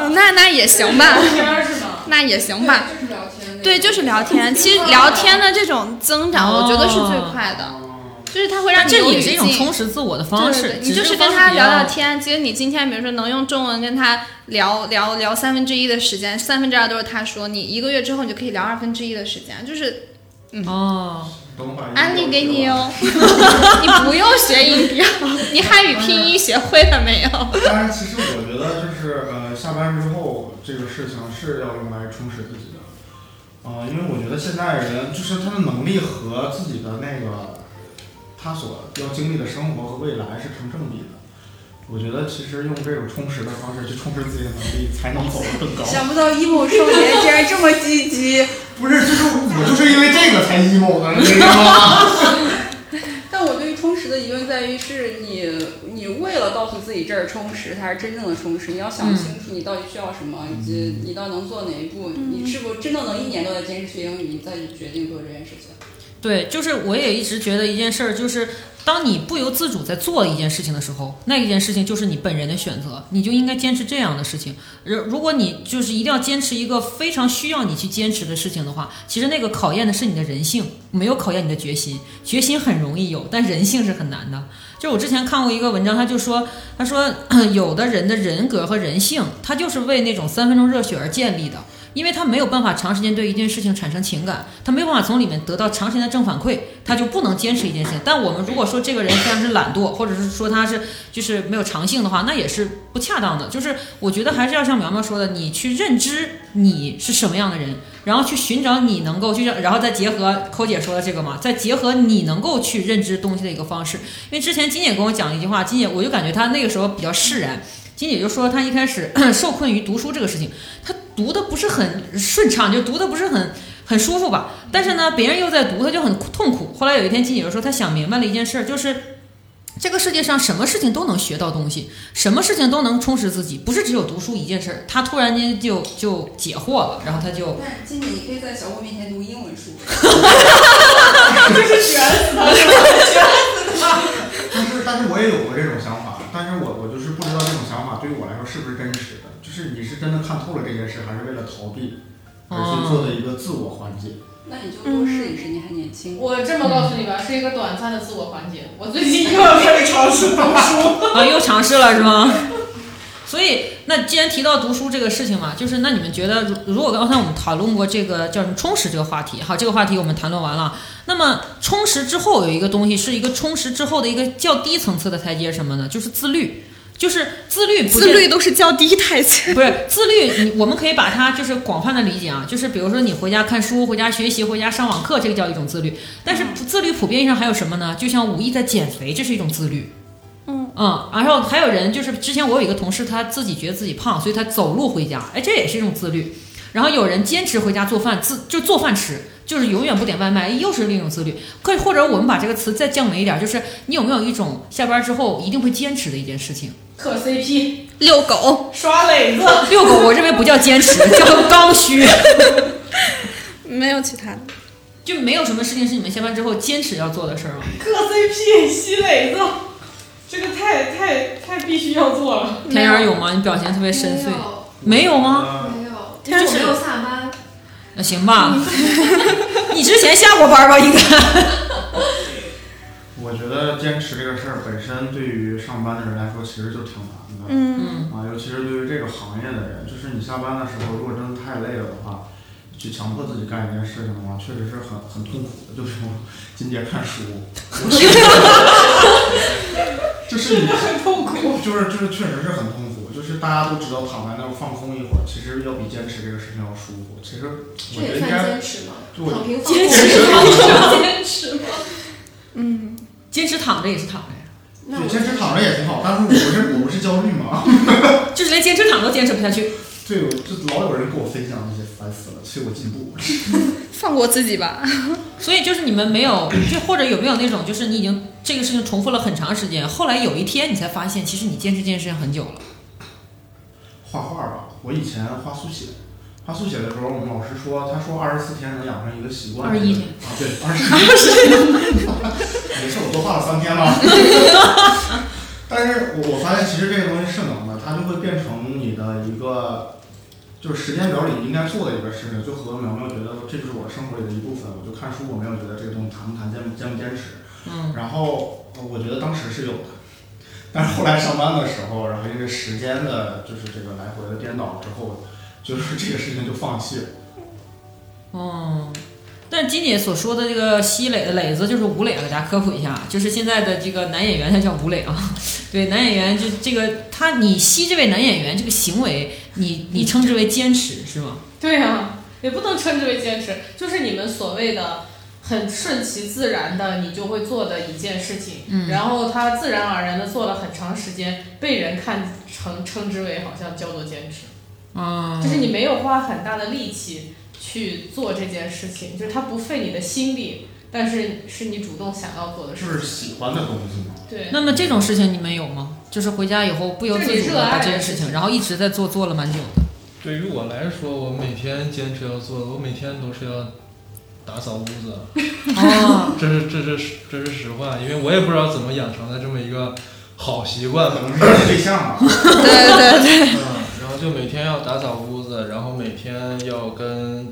嗯那那也行吧，
天儿是吗？
那也行吧。
就是聊天。
对，就是聊天。其实聊天的这种增长，我觉得是最快的，就是它会让
但
你
这
有
也
语
是一种
境
充实自我的方
对
式
对，对
只
你就是是
这个
跟
方式
他
比
聊
较
聊天。其实你今天比如说能用中文跟他聊聊聊三分之一的时间，三分之二都是他说，你一个月之后你就可以聊二分之一的时间，就是
哦。
等会儿
嗯安利给你哦。你不用学音标， 你汉语拼音学会了没有？
当然，其实我觉得就是呃，下班之后这个事情是要用来充实自己的，啊、因为我觉得现在人就是他的能力和自己的那个他所要经历的生活和未来是成正比的。我觉得其实用这种充实的方式去充实自己的能力，才能走得更高。
想不到 emo 少年竟然这么积极，
不是，就是我就是因为这个才 emo 的，你知道吗？
但我对于充实的疑问在于，是你你为了告诉自己这儿充实，它是真正的充实。你要想清楚你到底需要什么，以及你到底能做哪一步，你是否真的能一年都在坚持学英语，你再决定做这件事情。
对，就是我也一直觉得一件事儿，就是当你不由自主在做一件事情的时候，那一件事情就是你本人的选择，你就应该坚持这样的事情。如如果你就是一定要坚持一个非常需要你去坚持的事情的话，其实那个考验的是你的人性，没有考验你的决心。决心很容易有，但人性是很难的。就我之前看过一个文章，他就说，他说 有的人的人格和人性，他就是为那种三分钟热血而建立的。因为他没有办法长时间对一件事情产生情感，他没有办法从里面得到长时间的正反馈，他就不能坚持一件事情。但我们如果说这个人虽然是懒惰，或者是说他是就是没有长性的话，那也是不恰当的。就是我觉得还是要像苗苗说的，你去认知你是什么样的人，然后去寻找你能够去让，然后再结合寇姐说的这个嘛，再结合你能够去认知东西的一个方式。因为之前金姐跟我讲了一句话，金姐我就感觉她那个时候比较释然。金姐就说她一开始 受困于读书这个事情，她读的不是很顺畅，就读的不是很很舒服吧。但是呢，
嗯
别人又在读，她就很痛苦。后来有一天，金姐就说她想明白了一件事儿，就是这个世界上什么事情都能学到东西，什么事情都能充实自己，不是只有读书一件事儿。她突然间就就解惑了，然后她 就
那金姐，你可以在小郭面前读英文书。
但是，但是我也有过这种想法，但是我我就是不知道这种想法对于我来说是不是真实的，就是你是真的看透了这件事，还是为了逃避而去做的一个自我缓解？
那你就多试一试，你还年轻。
我这么告诉你吧，是一个短暂的自我缓解。我最近又要开始尝试读 书，
啊，又尝试了是吗？所以，那既然提到读书这个事情嘛，就是那你们觉得，如如果刚才我们讨论过这个叫什么充实这个话题，好，这个话题我们谈论完了。那么充实之后有一个东西，是一个充实之后的一个较低层次的台阶，什么呢？就是自律。就是自律不见，
自律都是较低台阶。
不是自律，你我们可以把它就是广泛的理解啊，就是比如说你回家看书、回家学习、回家上网课，这个叫一种自律。但
嗯
是自律普遍意义上还有什么呢？就像武艺在减肥，这是一种自律。嗯然后还有人就是之前我有一个同事，他自己觉得自己胖，所以他走路回家，哎，这也是一种自律。然后有人坚持回家做饭，自就做饭吃，就是永远不点外卖，又是另一种自律。可以或者我们把这个词再降维一点，就是你有没有一种下班之后一定会坚持的一件事情？
磕 CP、
遛狗，
刷磊子，
遛狗，我认为不叫坚持，叫刚需。
没有其他的。
就没有什么事情是你们下班之后坚持要做的事儿吗？
磕 CP、吸磊子，这个太太太必须要做了。
田园有吗？你表情特别深邃，
没
没有吗？
有
呃
没有，
天
就是
使
没有下班。
那行吧，
嗯
你之前下过班吧？应该。
我觉得坚持这个事儿本身对于上班的人来说其实就挺难的。
嗯，
嗯，
啊，尤其是对于这个行业的人，就是你下班的时候，如果真的太累了的话，去强迫自己干一件事情的话，确实是很很痛苦的。就是我 今天看书，就是你
很痛苦。
就是就是确实是很痛苦。就是大家都知道躺在那儿放空一会儿，其实要比坚持这个事情要舒服。其实我觉得
这也
应
算
该
坚持吗？
对
躺平放
坚
空
持
坚持吗？
嗯
坚持躺着也是躺着
那
对
我
坚持躺着也挺好，但是我不是我不是焦虑嘛。
呀， 就是连坚持躺都坚持不下去。
对，我就老有人跟我分享这些，烦死了，催我进步。
放过自己吧。
所以就是你们没有，就或者有没有那种，就是你已经这个事情重复了很长时间，后来有一天你才发现，其实你坚持这件事情很久了。
画画吧，我以前画速写，画速写的时候，我们老师说，他说二十四天能养成一个习惯。
21天
啊，对，二十一 天。没事，我多画了三天 了。但是我我发现其实这个东西是能的，它就会变成你的一个，就是时间表里应该做的一个事情。就和苗苗觉得这就是我生活里的一部分，我就看书，我没有觉得这个东西谈不谈坚不坚不坚持。
嗯，
然后呃我觉得当时是有的，但是后来上班的时候，然后因为时间的，就是这个来回的颠倒之后，就是 这个事情就放弃了。
哦，但是金姐所说的这个西磊的磊子就是吴磊，给大家科普一下，就是现在的这个男演员他叫吴磊啊。 对，男演员就这个他，你吸这位男演员这个行为，你你称 之为坚持是吗？
啊对呀、也不能称之为坚持，就是你们所谓的很顺其自然的，你就会做的一件事情，
嗯
然后他自然而然的做了很长时间，被人看成称之为好像叫做坚持，
啊，
就是你没有花很大的力气去做这件事情，就是它不费你的心力，但是是你主动想要做的事
就是喜欢的东西嘛。
对，
那么这种事情你们有吗？就是回家以后不由自主的把这件事情，然后一直在做，做了蛮久的。
对于我来说，我每天坚持要做的，我每天都是要打扫屋子。
哦，
这是这是这是实话，因为我也不知道怎么养成的这么一个好习惯吧
可。能是因为对象 嘛，
嗯，然后就每天要打扫屋子，然后每天要跟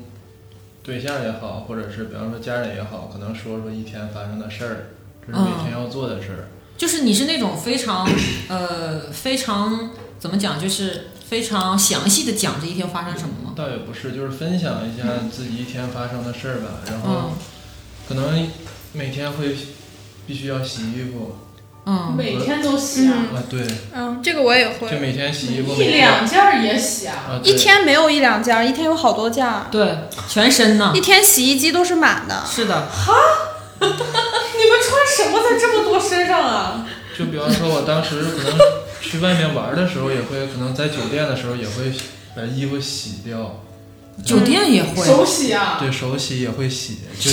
对象也好，或者是比方说家人也好，可能说说一天发生的事儿，这是每天要做的事儿。
就是你是那种非常呃非常怎么讲，就是非常详细的讲这一天发生什么吗？
倒也不是，就是分享一下
嗯
自己一天发生的事儿吧。然后
嗯
可能每天会必须要洗衣服
嗯，
每天都洗啊，嗯
啊，对，
嗯，这个我也
就
会，
每天洗衣服，
一
每天
两件儿也洗啊，
啊，对
一天没有一两件儿，一天有好多件儿，
对，全身呢
一。天洗衣机都是满的。
是的，
你们穿什么在这么多身上啊？
就比方说，我当时可能去外面玩的时候，也会可能在酒店的时候也会把衣服洗掉，
酒店也会。
手洗啊，
对手洗也会洗，就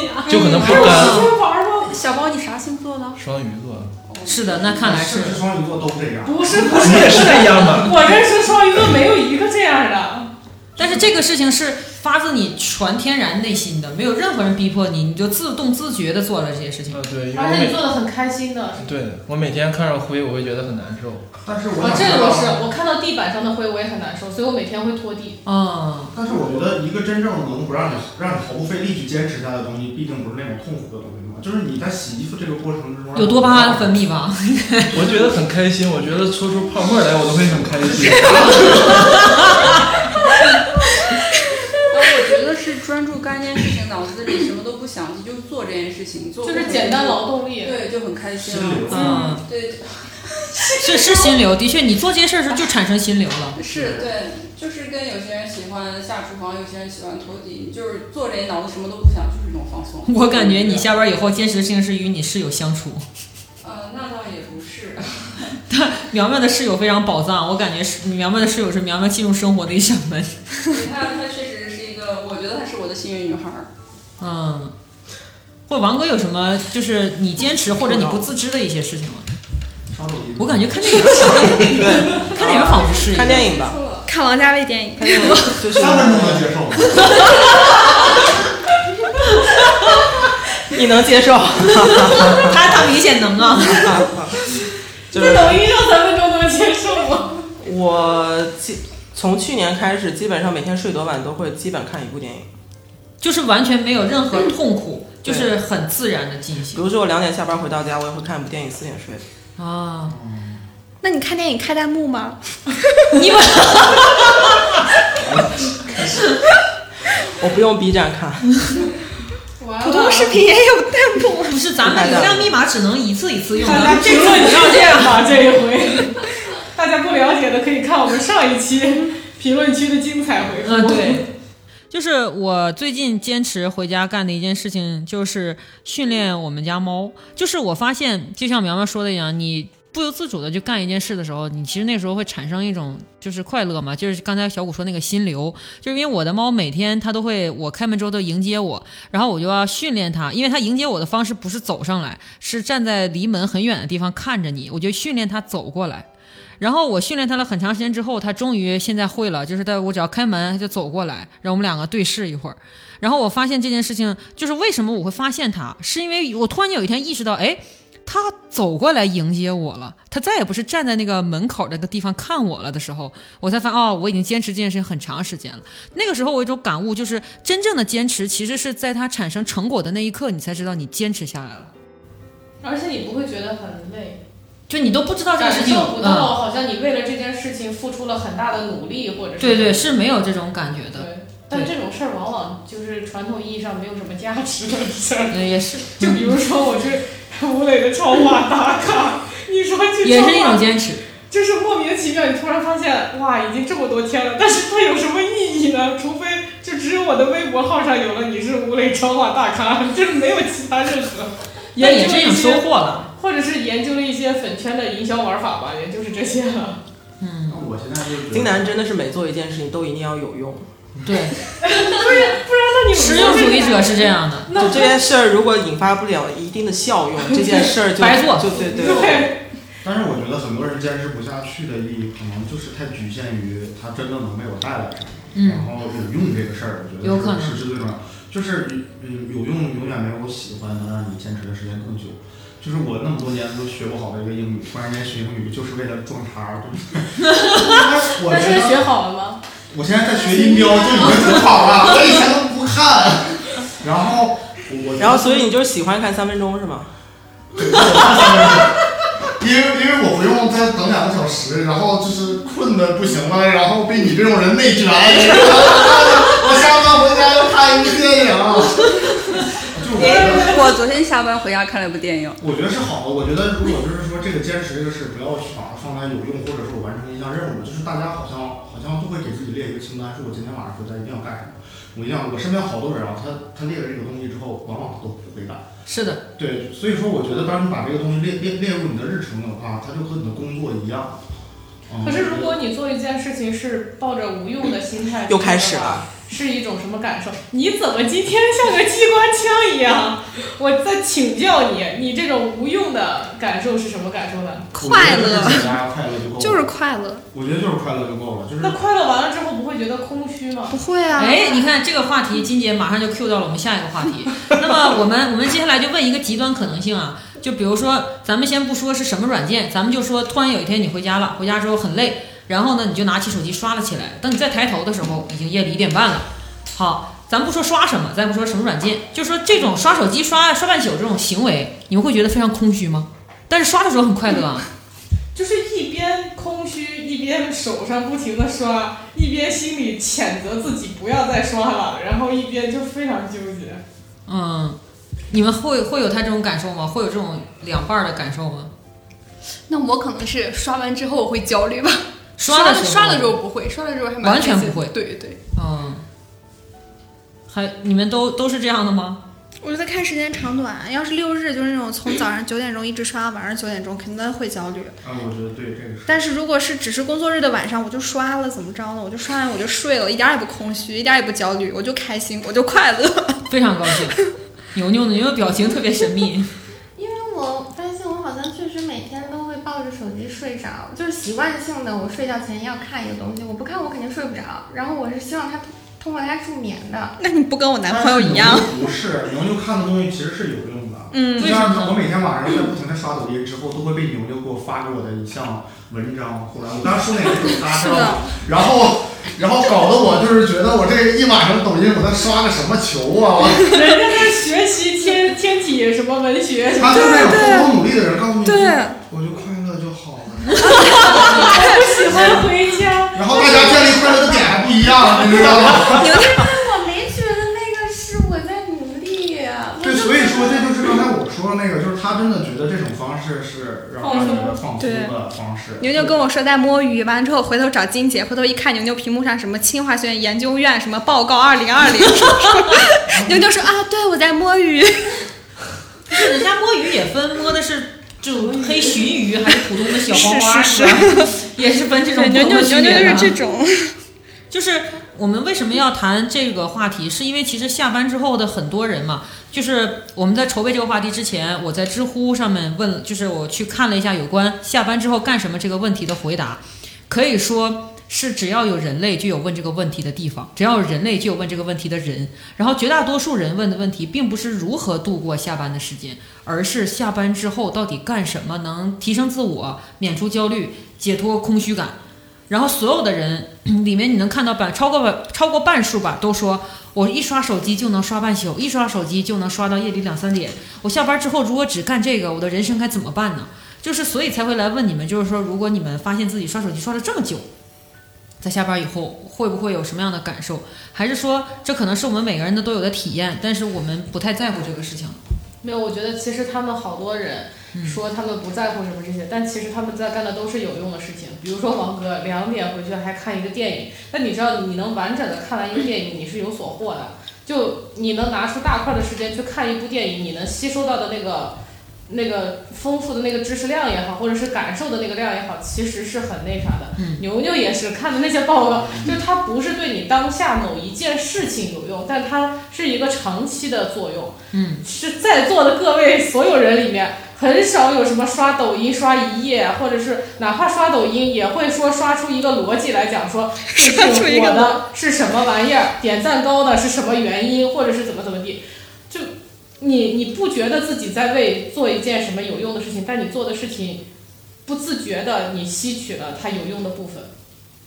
你啊
就可能不
不
干。
是玩吗？
小包，你啥星座的？
双鱼座，
是的，那看来
是
是
不是双鱼座都这样？
不是不是，
你也是这样吧？
我认识双鱼座没有一个这样的。
但是这个事情是发自你全天然内心的，没有任何人逼迫你，你就自动自觉的做了这些事情。
呃
啊，对，因为
而且你
我
做的很开心的。
每对我每天看着灰，我会觉得很难受。
但是我
啊
想，
这
知
个
道
我是，我看到地板上的灰我也很难受，所以我每天会拖地。
嗯，
但是我觉得一个真正能不让你让你毫不费力去坚持它的东西，必定不是那种痛苦的东西嘛。就是你在洗衣服这个过程之中，
有多巴胺分泌 吧？
我觉得很开心，我觉得搓出泡沫来，我都会很开心。
呃，我觉得是专注干一件事情，脑子里什么都不想，你就做这件事情，做
就是简单劳动力。
对，就很开心
心
了。
流。
嗯，
对，
是是心流，的确，你做这些事儿时候就产生心流了。
是，对，就是跟有些人喜欢下厨房，有些人喜欢拖地，就是做这脑子什么都不想，就是一种放松。
我感觉你下班以后坚持的事情是与你室友相处。
呃，那倒也不是，
苗苗的室友非常宝藏，我感觉是苗苗的室友是苗苗进入生活的一扇门。
对她她确实是一个，我觉得她是我的幸运女孩儿。
嗯，或者王哥有什么就是你坚持或者你不自知的一些事情吗？
刷抖音
我感觉看电影好像，看电影仿佛是一
看
个。
电影吧，
看王家卫电 影，
就是
三分钟能接受吗？
你能接 受，
他他明显能 啊，
就
这
是
抖音要三分钟能接受吗？
我基从去年开始，基本上每天睡多晚都会基本看一部电影。
就是完全没有任何痛苦，就是很自然的进
比
行
如说我两点下班回到家，我也会看一部电影，四点睡。
啊。
那你看电影开弹幕吗？
你把
我不用 B 站看，
普通视频也有弹幕。
不是咱们流量密码只能一次一次用的
大家，评论不要这样吧，这一回。 大家不了解的可以看我们上一期评论区的精彩回复。
嗯，对。就是我最近坚持回家干的一件事情，就是训练我们家猫。就是我发现，就像苗苗说的一样，你不由自主的就干一件事的时候，你其实那时候会产生一种就是快乐嘛，就是刚才小谷说那个心流，就是因为我的猫每天它都会，我开门之后都迎接我，然后我就要训练它，因为它迎接我的方式不是走上来，是站在离门很远的地方看着你，我就训练它走过来。然后我训练它了很长时间之后，它终于现在会了，就是在我只要开门，它就走过来，然后我们两个对视一会儿。然后我发现这件事情，就是为什么我会发现它，是因为我突然间有一天意识到，哎，它走过来迎接我了，它再也不是站在那个门口那个地方看我了的时候，我才发现哦，我已经坚持这件事情很长时间了。那个时候我有一种感悟，就是真正的坚持其实是在它产生成果的那一刻，你才知道你坚持下来了，
而且你不会觉得很累，
就你都不知道这个
感
事情，
受不到
嗯，
好像你为了这件事情付出了很大的努力，或者是
对对，是没有这种感觉的，
对。但这种事儿往往就是传统意义上没有什么价值 的事儿。
嗯，也是。
就比如说我去吴磊 的超话打卡，你说去
也是一
超
种
话，
坚持。
就是莫名其妙，你突然发现哇，已经这么多天了，但是它有什么意义呢？除非就只有我的微博号上有了你是吴磊超话大咖，就是没有其他任何。
也也真有收获 了，
或者是研究了一些粉圈的营销玩法吧，也就是这些了。
嗯，
我现在就
金南真的是每做一件事情都一定要有用。
对，
不是，不然那你
实用主义者是这样的，
就这件事儿，如果引发不了一定的效 用，这件事儿就
白做
就对对
对，
但是我觉得很多人坚持不下去的意义，可能就是太局限于它真的能为我带来什么，
嗯
然后有用这个事儿，我觉得
有可能
是是最重要的。就是嗯，有用永远没有喜欢能让你坚持的时间更久。就是我那么多年都学不好的一个英语，突然间学英语就是为了撞茬儿，就是哎我
那
觉
现在学
得
好了吗？
我现在在学音标就已经很好了，我以前都不看。然后我
然后所以你就是喜欢看三分钟是吗？
对我看三分钟因为因为我不用再等两个小时，然后就是困的不行了，然后被你这种人内卷，我下班回家要看一个电影。啊就我觉 得，
我昨天下班回家看了一部电影，
我觉得是好的。我觉得如果就是说这个坚持这个事，不要去把它放在有用，或者是我完成一项任务，就是大家好像好像都会给自己列一个清单，说我今天晚上回家一定要干什么。我一样，我身边好多人啊，他他列了这个东西之后，往往都不会干。
是的，
对，所以说我觉得，当你把这个东西列列列入你的日程的话，它就和你的工作一样。嗯、
可是如果你做一件事情是抱着无用的心态，
又开始了，
是一种什么感受？你怎么今天像个机关枪一样？我在请教你，你这种无用的感受是什么感受呢？
快乐
大家快乐就够了。
就是，快乐，
我觉得就是快乐就够了，就是
那快乐完了之后不会觉得空虚吗？
不会啊。
哎，你看这个话题，金姐马上就 Q 到了我们下一个话题。那么我们我们接下来就问一个极端可能性啊，就比如说咱们先不说是什么软件，咱们就说突然有一天你回家了，回家之后很累，然后呢你就拿起手机刷了起来，等你再抬头的时候，已经夜里一点半了。好，咱不说刷什么，咱不说什么软件，就说这种刷手机刷刷半宿这种行为，你们会觉得非常空虚吗？但是刷的时候很快乐啊，
就是一边空虚，一边手上不停的刷，一边心里谴责自己不要再刷了，然后一边就非常纠结。
嗯，你们会会有他这种感受吗？会有这种两半儿的感受吗？
那我可能是刷完之后我会焦虑吧，
刷的
的
时候
刷的时候不会，刷的时候还蛮
完全
开心
不会
对对，
嗯，还你们都都是这样的吗？
我觉得看时间长短，要是六日就是那种从早上九点钟一直刷到晚上九点钟，肯定会焦虑。
啊，我觉得对这个是。
但是如果是只是工作日的晚上，我就刷了，怎么着呢？我就刷完我就睡了，一点儿也不空虚，一点儿也不焦虑，我就开心，我就快乐。
非常高 兴。牛牛呢，牛牛表情特别神秘。
因为我发现我好像确实每天都会抱着手机睡着，就是习惯性的，我睡觉前要看一个东西，我不看我肯定睡不着。然后我是希望它通通过它助眠的。
那你不跟我男
但
朋友
是
一 样？
牛牛不是，牛牛看的东西其实是有用的。
嗯
就
为什
像
么呢
我每天晚上在不停的刷抖音之后，都会被牛牛给我发给我的一项文章，后来我刚说那个就是他，知道吗？然后，然后搞得我就是觉得我这一晚上抖音我在刷个什么球啊！我
人家在学习天天体什么文学，
他就是那种疯狂努力的人，告诉你，
对
我就快乐就好了。
不 喜欢回家。
然后大家建立快乐的点还不一样，你知道吗？
我没觉得那个是我在努力、啊，我
对，
就
所以说 这就是刚才我说的那个，就是他真的觉得这种方式是让他觉得放松的方式。
牛牛跟我说在摸鱼，完了之后回头找金姐，回头一看牛牛屏幕上什么清华学院研究院什么报告二零二零， 牛牛说啊，对我在摸鱼，
不是，人家摸鱼也分，摸的是就黑鲟鱼还是普通的小黄瓜，
是是
吧？ 也是分这种
对牛牛
不同
牛
的
牛
区别的
就是这种，
啊就是我们为什么要谈这个话题，是因为其实下班之后的很多人嘛，就是我们在筹备这个话题之前，我在知乎上面问了，就是我去看了一下有关下班之后干什么这个问题的回答，可以说。是只要有人类就有问这个问题的地方，只要有人类就有问这个问题的人。然后绝大多数人问的问题，并不是如何度过下班的时间，而是下班之后到底干什么能提升自我、免除焦虑、解脱空虚感。然后所有的人 里面你能看到半超过半超过半数吧，都说我一刷手机就能刷半宿，一刷手机就能刷到夜里两三点。我下班之后如果只干这个，我的人生该怎么办呢？就是所以才会来问你们，就是说如果你们发现自己刷手机刷了这么久，在下班以后会不会有什么样的感受？还是说这可能是我们每个人的都有的体验，但是我们不太在乎这个事情？
没有，我觉得其实他们好多人说他们不在乎什么这些，但其实他们在干的都是有用的事情。比如说王哥两点回去还看一个电影，那你知道你能完整的看完一个电影，你是有所获的。就你能拿出大块的时间去看一部电影，你能吸收到的那个那个丰富的那个知识量也好，或者是感受的那个量也好，其实是很那啥的。牛牛也是看的那些报告，就是它不是对你当下某一件事情有用，但它是一个长期的作用。
嗯，
是在座的各位所有人里面，很少有什么刷抖音刷一夜，或者是哪怕刷抖音，也会说刷出一个逻辑来讲 说最
刷出一
近
个
火的是什么玩意儿，点赞高的是什么原因，或者是怎么怎么地。就你你不觉得自己在为做一件什么有用的事情，但你做的事情不自觉的你吸取了它有用的部分。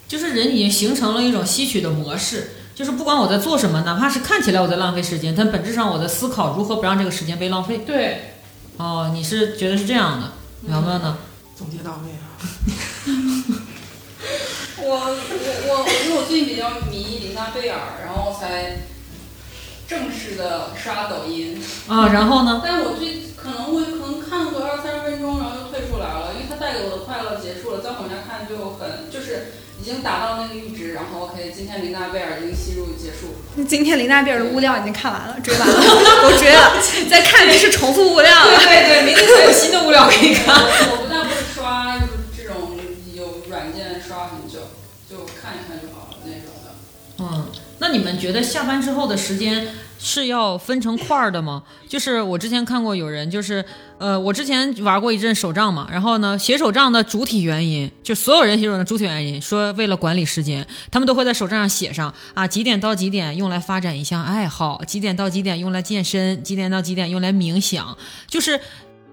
就是人已经形成了一种吸取的模式，就是不管我在做什么，哪怕是看起来我在浪费时间，但本质上我在思考如何不让这个时间被浪费。
对，
哦，你是觉得是这样的，苗苗呢？
总结到位啊。
我我我我觉得我最近比较迷林娜贝尔，然后才正式的刷抖音。
啊，然后呢？
但我最可能会可能看个二三十分钟，然后就退出来了，因为它带给我的快乐结束了，再往下看就很就是已经达到那个阈值，然后 OK，今天林娜贝尔已经吸入结束。
今天林娜贝尔的物料已经看完了，追完了，我追了， 再看的是重复物料了。
对对，明天还有新的物料可以看。
我我不大会刷这种有软件刷很久，就看一看就好了那种的。
嗯，那你们觉得下班之后的时间是要分成块儿的吗？就是我之前看过有人，就是呃，我之前玩过一阵手账嘛，然后呢，写手账的主体原因，就所有人写手账的主体原因，说为了管理时间，他们都会在手账上写上啊，几点到几点用来发展一项爱好，几点到几点用来健身，几点到几点用来冥想，就是。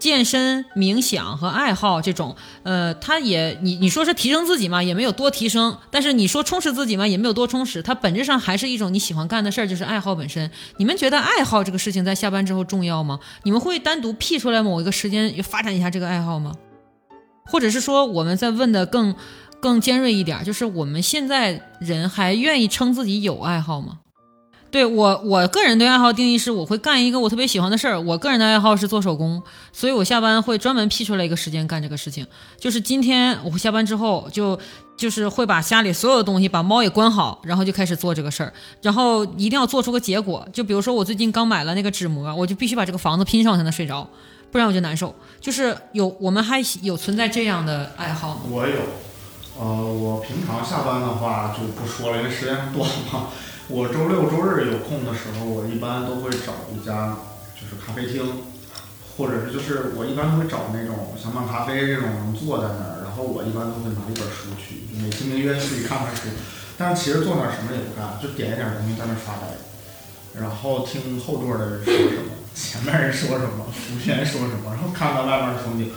健身、冥想和爱好这种，呃，它也你你说是提升自己嘛，也没有多提升；但是你说充实自己嘛，也没有多充实。它本质上还是一种你喜欢干的事儿，就是爱好本身。你们觉得爱好这个事情在下班之后重要吗？你们会单独辟出来某一个时间发展一下这个爱好吗？或者是说，我们再问的更更尖锐一点儿，就是我们现在人还愿意称自己有爱好吗？对我，我个人对爱好定义是，我会干一个我特别喜欢的事儿。我个人的爱好是做手工，所以我下班会专门辟出来一个时间干这个事情。就是今天我下班之后就，就是会把家里所有的东西，把猫也关好，然后就开始做这个事儿。然后一定要做出个结果。就比如说我最近刚买了那个纸膜，我就必须把这个房子拼上才能睡着，不然我就难受。就是有我们还有存在这样的爱好吗？
我有，呃，我平常下班的话就不说了，因为时间短嘛。我周六周日有空的时候，我一般都会找一家就是咖啡厅，或者是就是我一般都会找那种像漫咖啡这种能坐在那儿，然后我一般都会拿一本书去，就美其名曰自己看看书，但是其实坐那儿什么也不干，就点一点东西在那儿发呆，然后听后座的人说什么，前面人说什么， 服务员说什么，然后看看外面的风景。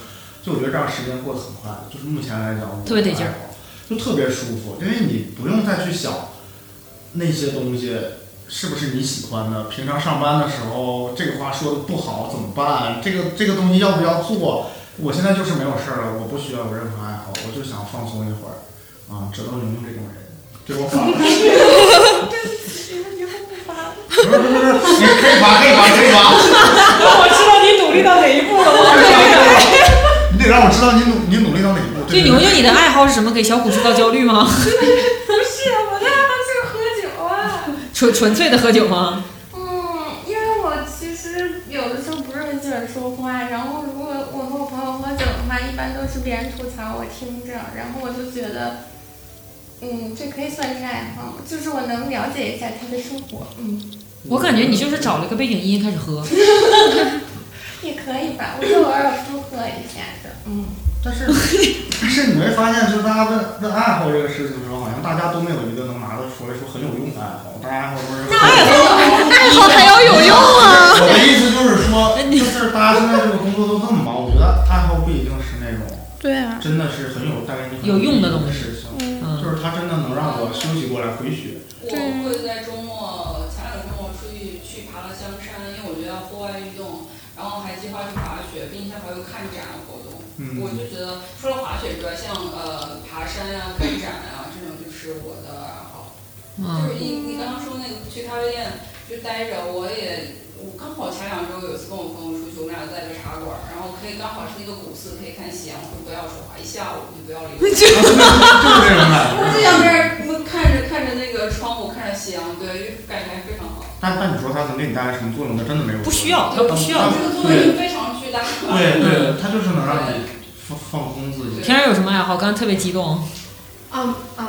就我觉得这样时间过得很快，就是目前来讲，我
特别得劲儿
的爱好，哎就特别舒服，因为你不用再去想那些东西是不是你喜欢的。平常上班的时候，这个话说的不好怎么办？这个这个东西要不要做？我现在就是没有事儿了，我不需要有任何爱好，我就想放松一会儿。啊，只能莹莹这种人，对我反了。 不是不是不是，你可以发可以发可以发。
我知道你努力到哪一步了，我
你得让我知道你努你努力到哪一步。
就牛牛，你的爱好是什么？给小虎制造焦虑吗？
不是，我的爱好就是喝酒啊。
纯纯粹的喝酒吗？
嗯，因为我其实有的时候不是很喜欢说话，然后如果我和我朋友喝酒的话，一般都是别人吐槽我听着，然后我就觉得，嗯，这可以算是爱好吗？就是我能了解一下他的生活，嗯，
我感觉你就是找了一个背景音开始喝。
也可以吧，我就偶尔附和一下的，嗯。
但 是但是你没发现，就是大家问问爱好这个事情的时候，好像大家都没有一个能拿得出来说很有用的爱好。大家爱好都是
爱好还要有用啊！
我 的意思就是说，
哎
就是大家现在这个工作都那么忙，我觉得爱好不一定是那种
对啊，
真的是很有带给你
有用的东西
事情，
嗯
就是它真的能让我休息过来回血。
我会在周末前两周末出去去爬了香山，因为我觉得户外运动，然后还计划去滑雪，并且还有看展活动。
嗯
我就觉得除了滑雪之外，像呃爬山呀、看展呀、这种
嗯
就是我的爱好。就是你你刚刚说那个去咖啡店就待着，我也我刚好前两周有一次跟我朋友出去，我晚上在一个茶馆，然后可以刚好是那个股市，可以看闲乎，不要说话，一下午就不要理我。
就是
我就想在这
这种感觉
儿看着看着那个窗户，看着夕阳，对，就感觉非常好。
但但你说它能给你带来什么作用呢？真的没有。
不需要它不需要
嗯
这个作
对
用非常巨大。
对对，它就是能让你放放空自己。
平儿有什么爱好？刚才特别激动。
嗯嗯，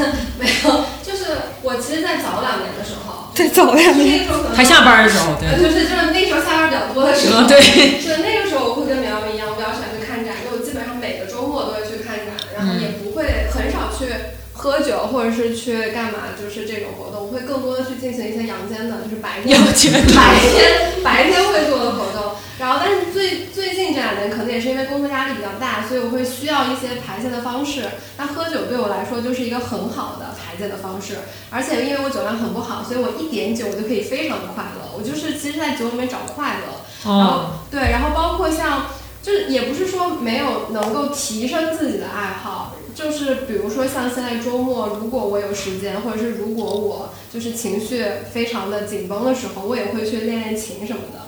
没有，就是我其实，在早两年的时候，
在早两年
就是那时候可能
还下班的时候对
呃就是就是那时候下班比较多的时候，
嗯对
就是那个时候我会跟苗苗一样，我比较喜欢去看展，因为我基本上每个周末都会去看展，然后
嗯
也不会很少去喝酒或者是去干嘛，就是这种活动，我会更多的去进行一些阳间的，就是白天
阳间的
白天白天会做的活动。然后，但是最最近这两年，可能也是因为工作压力比较大，所以我会需要一些排泄的方式。那喝酒对我来说就是一个很好的排解的方式，而且因为我酒量很不好，所以我一点酒我就可以非常的快乐。我就是其实，在酒里面找快乐。然后
哦
对，然后包括像就是也不是说没有能够提升自己的爱好，就是比如说像现在周末，如果我有时间，或者是如果我就是情绪非常的紧绷的时候，我也会去练练琴什么的。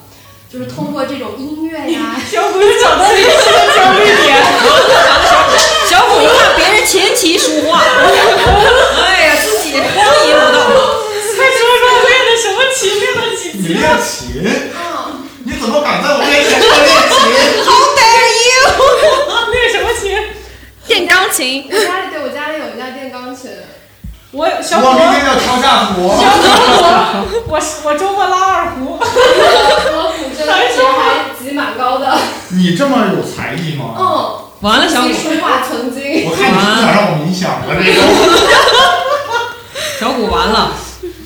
就是通过这种音乐呀，
小虎又找到了一个新的焦虑点小虎一看别人琴棋书画，哎呀，自己荒淫无道。
快说说练的什么琴，练到几级？
啊
你练琴？你怎么敢在我面前说 练 琴？
dare
you！练什么琴？
电钢琴。我家里对我家里有一架电钢琴。
我小
我
伙
明天要敲诈胡。
我我我周末拉二胡，
我古筝还级蛮 高的。
你这么有才艺吗？
嗯。
完了小
琴
虎
书画 曾经。
我看你是想让我冥想了，这个。
小虎完了，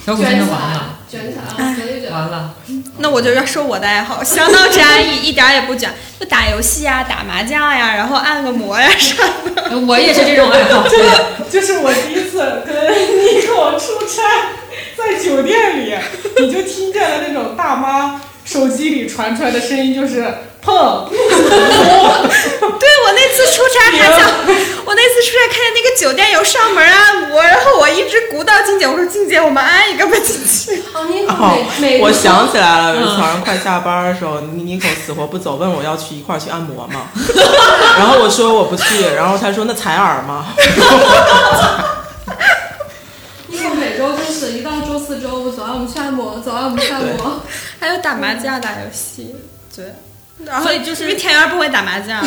小虎真的完了，
卷起来了，卷一卷。
完了。
哎那我就要说我的爱好，相当之安逸，一 点儿也不卷，就打游戏啊、打麻将呀、然后按个摩呀、啥的。
我也是这种爱好
真的就是我第一次跟 Nico 出差，在酒店里，你就听见了那种大妈手机里传出来的声音，就是碰。
对我那次出差还想，我那次出差看见那个酒店有上门按摩，然后我一直鼓捣静姐，我说静姐，我们按一个吧，静姐。
哦，你
哦，我想起来了，有一次早上快下班的时候，妮妮可死活不走，问我要去一块儿去按摩吗？ 然后我说我不去，然后他说那采耳吗？
因为每周就是一到周四周五，走啊我们去按摩，走啊我们去按 摩，
还有打麻将、打游戏，对。然后
所以就是
因为田园不会打麻将，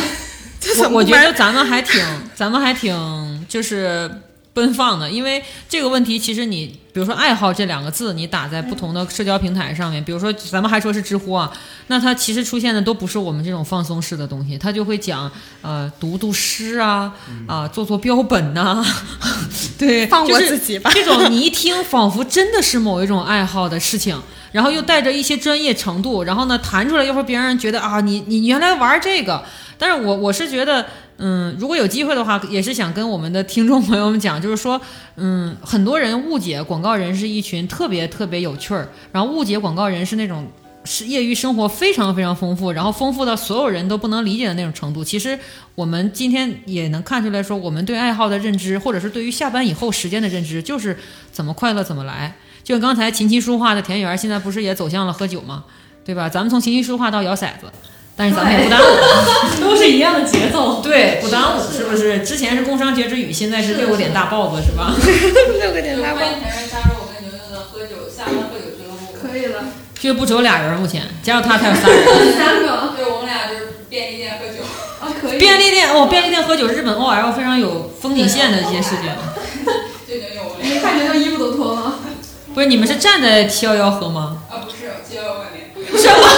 这怎
我
么
我觉
办
得咱们还挺，咱们还挺就是奔放的，因为这个问题其实你，比如说爱好这两个字，你打在不同的社交平台上面，比如说咱们还说是知乎啊，那它其实出现的都不是我们这种放松式的东西，它就会讲呃读读诗啊，啊、做做标本呐、 对，
放
就
过
是
自己吧
这种你一听仿佛真的是某一种爱好的事情。然后又带着一些专业程度，然后呢弹出来，又会别人觉得啊，你你原来玩这个，但是我我是觉得，嗯，如果有机会的话，也是想跟我们的听众朋友们讲，就是说，嗯，很多人误解广告人是一群特别特别有趣儿，然后误解广告人是那种是业余生活非常非常丰富，然后丰富到所有人都不能理解的那种程度。其实我们今天也能看出来说，我们对爱好的认知，或者是对于下班以后时间的认知，就是怎么快乐怎么来。就像刚才琴棋书画的田园，现在不是也走向了喝酒吗？对吧？咱们从琴棋书画到摇骰子，但是咱们也不耽误，
都是一样的节奏
对，不耽误，是不是？之前是工商节之语，现在是六个点大豹子，是吧？
六个
就欢迎台上加入我跟牛牛的喝酒，下班喝酒俱乐部。
可以了，
俱乐部只有俩人，目前加入他才有仨人。
三个，对我们俩就是便利店喝酒。
啊，可
便利店哦，便利店喝酒，日本 OL 非常有风景线的一些事情。
就牛牛我们俩。
你看牛牛衣服都脱了。
不是你们是站在七幺幺喝吗？
啊，不是，接我外面。
什么？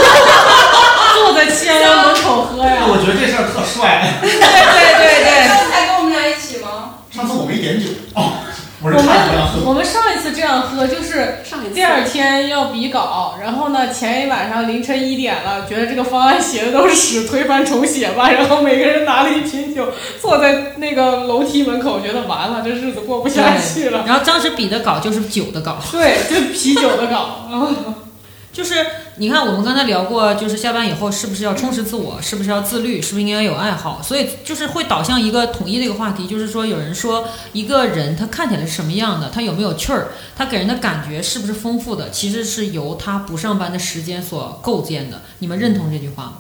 坐在七幺幺门口
喝呀
我觉得这事儿特帅。
对对
对对
刚才跟我们俩一起吗？
上次我没点酒哦，我
我
是
们
看你要喝。
我们上一次这样喝就是第二天要比稿，然后呢前一晚上凌晨一点了，觉得这个方案写的都是屎，推翻重写吧，然后每个人拿了一瓶酒，坐在那个楼梯门口，觉得完了，这日子过不下去了。
然后当时比的稿就是酒的稿，
对，就啤酒的稿。
就是你看，我们刚才聊过，就是下班以后是不是要充实自我，是不是要自律，是不是应该有爱好？所以就是会导向一个统一的一个话题，就是说有人说一个人他看起来是什么样的，他有没有趣儿，他给人的感觉是不是丰富的，其实是由他不上班的时间所构建的。你们认同这句话吗？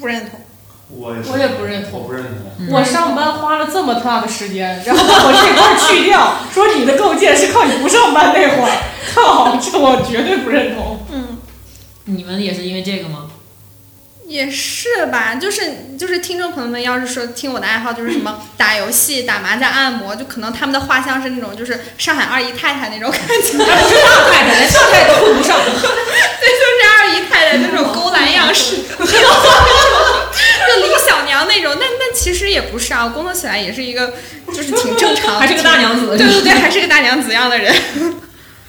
不认同。
我也是
我也不认同嗯
我不认同。
嗯
我上班花了这么大的时间，然后把我这块儿去掉，说你的构建是靠你不上班那会儿，靠，这我绝对不 认同。
嗯，
你们也是因为这个吗？
也是吧，就是就是听众朋友们，要是说听我的爱好就是什么
嗯
打游戏、打麻将、按摩，就可能他们的画像是那种就是上海二姨太太那种感觉，
大太太连上太太都混不上。
对，就是二姨太太那种勾栏样式，就李小娘那种。但但其实也不是啊，我工作起来也是一个就是挺正常的，
还是个大娘子
对对对，还是个大娘子样的人。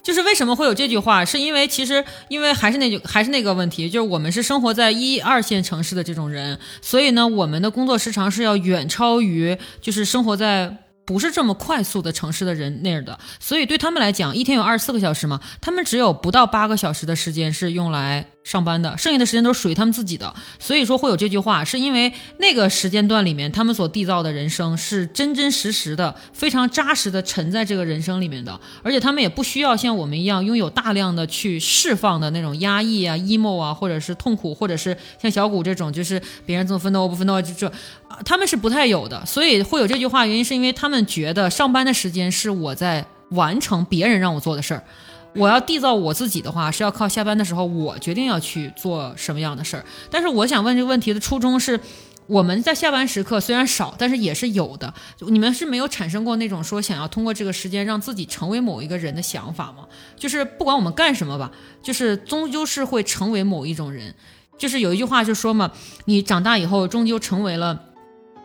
就是为什么会有这句话，是因为其实因为还是那句还是那个问题，就是我们是生活在一二线城市的这种人，所以呢，我们的工作时长是要远超于就是生活在。不是这么快速的城市的人那样的，所以对他们来讲，一天有二十四个小时嘛，他们只有不到八个小时的时间是用来上班的，剩下的时间都是属于他们自己的。所以说会有这句话，是因为那个时间段里面，他们所缔造的人生是真真实实的、非常扎实的沉在这个人生里面的，而且他们也不需要像我们一样拥有大量的去释放的那种压抑啊、emo 啊，或者是痛苦，或者是像小谷这种，就是别人怎么奋斗我不奋斗，就这他们是不太有的，所以呃会有这句话，原因是因为他们觉得上班的时间是我在完成别人让我做的事儿，我要缔造我自己的话，是要靠下班的时候我决定要去做什么样的事儿。但是我想问这个问题的初衷是，我们在下班时刻虽然少，但是也是有的。你们是没有产生过那种说想要通过这个时间让自己成为某一个人的想法吗？就是不管我们干什么吧，就是终究是会成为某一种人。就是有一句话就说嘛，你长大以后终究成为了。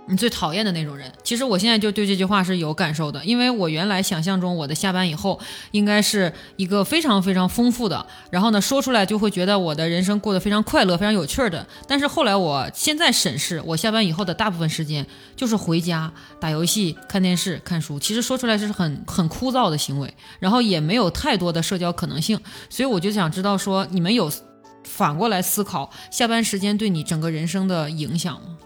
你最讨厌的那种人，其实我现在就对这句话是有感受的，因为我原来想象中我的下班以后应该是一个非常非常丰富的，然后呢说出来就会觉得我的人生过得非常快乐、非常有趣儿的。但是后来我现在审视，我下班以后的大部分时间就是回家打游戏、看电视、看书，其实说出来是很很枯燥的行为，然后也没有太多的社交可能性，所以我就想知道说你们有反过来思考下班时间对你整个人生的影响吗？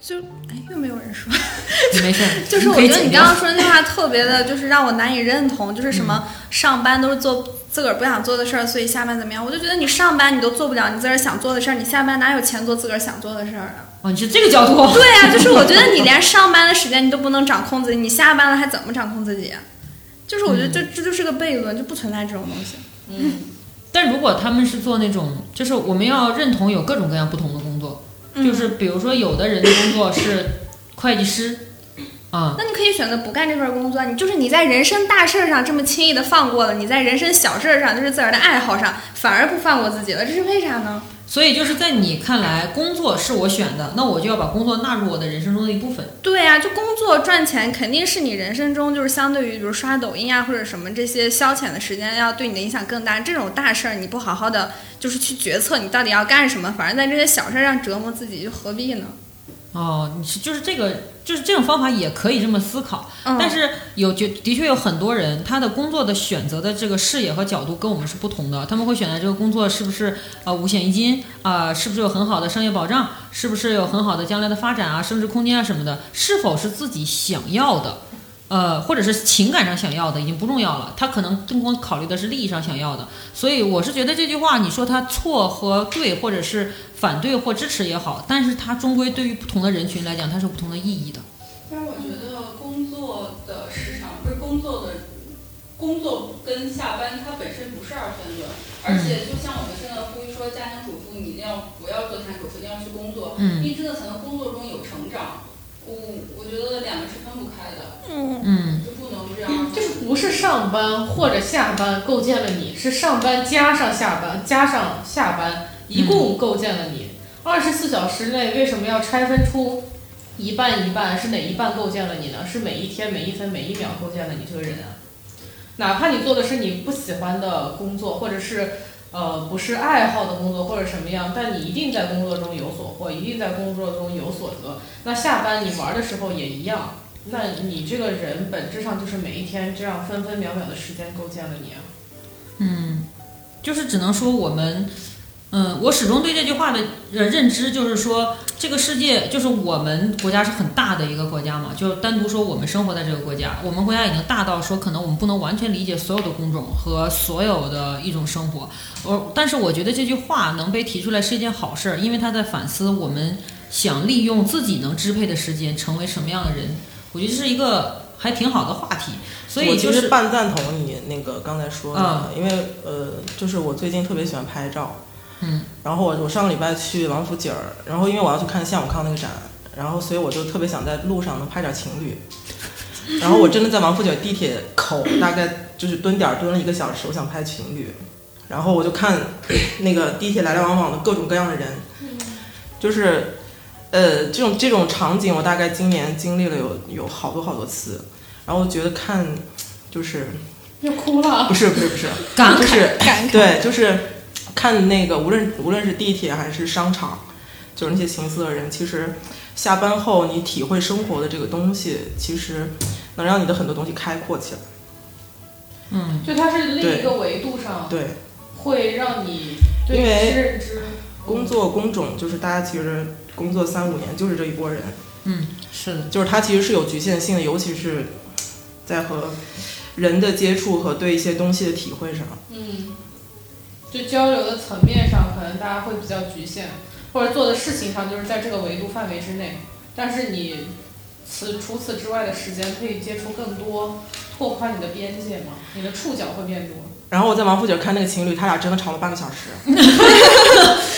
就哎，又没有人说。
没事，
就是我
可以
觉得
剪
你
掉
刚刚说的那句话特别的，就是让我难以认同。就是什么上班都是做自个儿不想做的事儿，所以下班怎么样？我就觉得你上班你都做不了你自个儿想做的事儿，你下班哪有钱做自个儿想做的事儿啊？
哦，你是这个角度。
对 啊，就是我觉得你连上班的时间你都不能掌控自己，你下班了还怎么掌控自己啊？就是我觉得这这就是个悖论，就不存在这种东西。
嗯，但如果他们是做那种，就是我们要认同有各种各样不同的工作，
嗯
就是比如说有的人的工作是会计师，啊、
那你可以选择不干这份工作，你就是你在人生大事儿上这么轻易的放过了，你在人生小事儿上，就是自个儿的爱好上，反而不放过自己了，这是为啥呢？
所以就是在你看来，工作是我选的，那我就要把工作纳入我的人生中的一部分。
对呀、就工作赚钱肯定是你人生中就是相对于比如刷抖音啊或者什么这些消遣的时间要对你的影响更大。这种大事儿你不好好的就是去决策你到底要干什么，反而在这些小事儿上折磨自己，就何必呢？
哦，你是就是这个，就是这种方法也可以这么思考，
嗯
但是有就的确有很多人，他的工作的选择的这个视野和角度跟我们是不同的，他们会选择这个工作是不是呃五险一金啊、是不是有很好的商业保障，是不是有很好的将来的发展啊、升值空间啊什么的，是否是自己想要的，呃，或者是情感上想要的已经不重要了，他可能更光考虑的是利益上想要的。所以我是觉得这句话，你说它错和对，或者是反对或支持也好，但是它终归对于不同的人群来讲，它是有不同的意义的。
但是我觉得工作的时长不是工作的，工作跟下班它本身不是二分论，而且就像我们现在呼吁说，家庭主妇你一定要不要做家庭主妇，一定要去工作，
嗯
因为真的才能工作中有成长。我我觉得两个是分不开的，
嗯
嗯，
就不能这样。
就是不是上班或者下班构建了你，是上班加上下班加上下班，一共构建了你。二十四小时内为什么要拆分出一半一半？是哪一半构建了你呢？是每一天每一分每一秒构建了你这个人啊。哪怕你做的是你不喜欢的工作，或者是呃不是爱好的工作或者什么样，但你一定在工作中有所获，一定在工作中有所得。那下班你玩的时候也一样，那你这个人本质上就是每一天这样分分秒秒的时间构建了你啊。
嗯，就是只能说我们嗯，我始终对这句话的呃认知就是说，这个世界就是我们国家是很大的一个国家嘛，就单独说我们生活在这个国家，我们国家已经大到说可能我们不能完全理解所有的工种和所有的一种生活。我但是我觉得这句话能被提出来是一件好事儿，因为他在反思我们想利用自己能支配的时间成为什么样的人。我觉得这是一个还挺好的话题，所
我
以
其
就
实
是
半赞同你那个刚才说的，因为呃，就是我最近特别喜欢拍照，
嗯，
然后我我上个礼拜去王府井儿，然后因为我要去看向武康那个展，然后所以我就特别想在路上能拍点情侣，然后我真的在王府井地铁口大概就是蹲点儿蹲了一个小时，我想拍情侣，然后我就看那个地铁来来往往的各种各样的人，就是呃这种这种场景，我大概今年经历了有有好多好多次，然后我觉得看就是
又哭了，
不是不是不是，
感慨
就是
感慨
对，就是看那个无论无论是地铁还是商场，就是那些行色的人，其实下班后你体会生活的这个东西，其实能让你的很多东西开阔起来。
嗯，
就它是另一
对
个维度上，
对，
会让你对
因为
认知
工作工种就是大家其实工作三五年就是这一波人，
嗯，是的，
就是它其实是有局限性的，尤其是在和人的接触和对一些东西的体会上。
嗯，就交流的层面上，可能大家会比较局限，或者做的事情上就是在这个维度范围之内。但是你此除此之外的时间可以接触更多，拓宽你的边界嘛，你的触角会变多。
然后我在王府井看那个情侣，他俩真的吵了半个小时。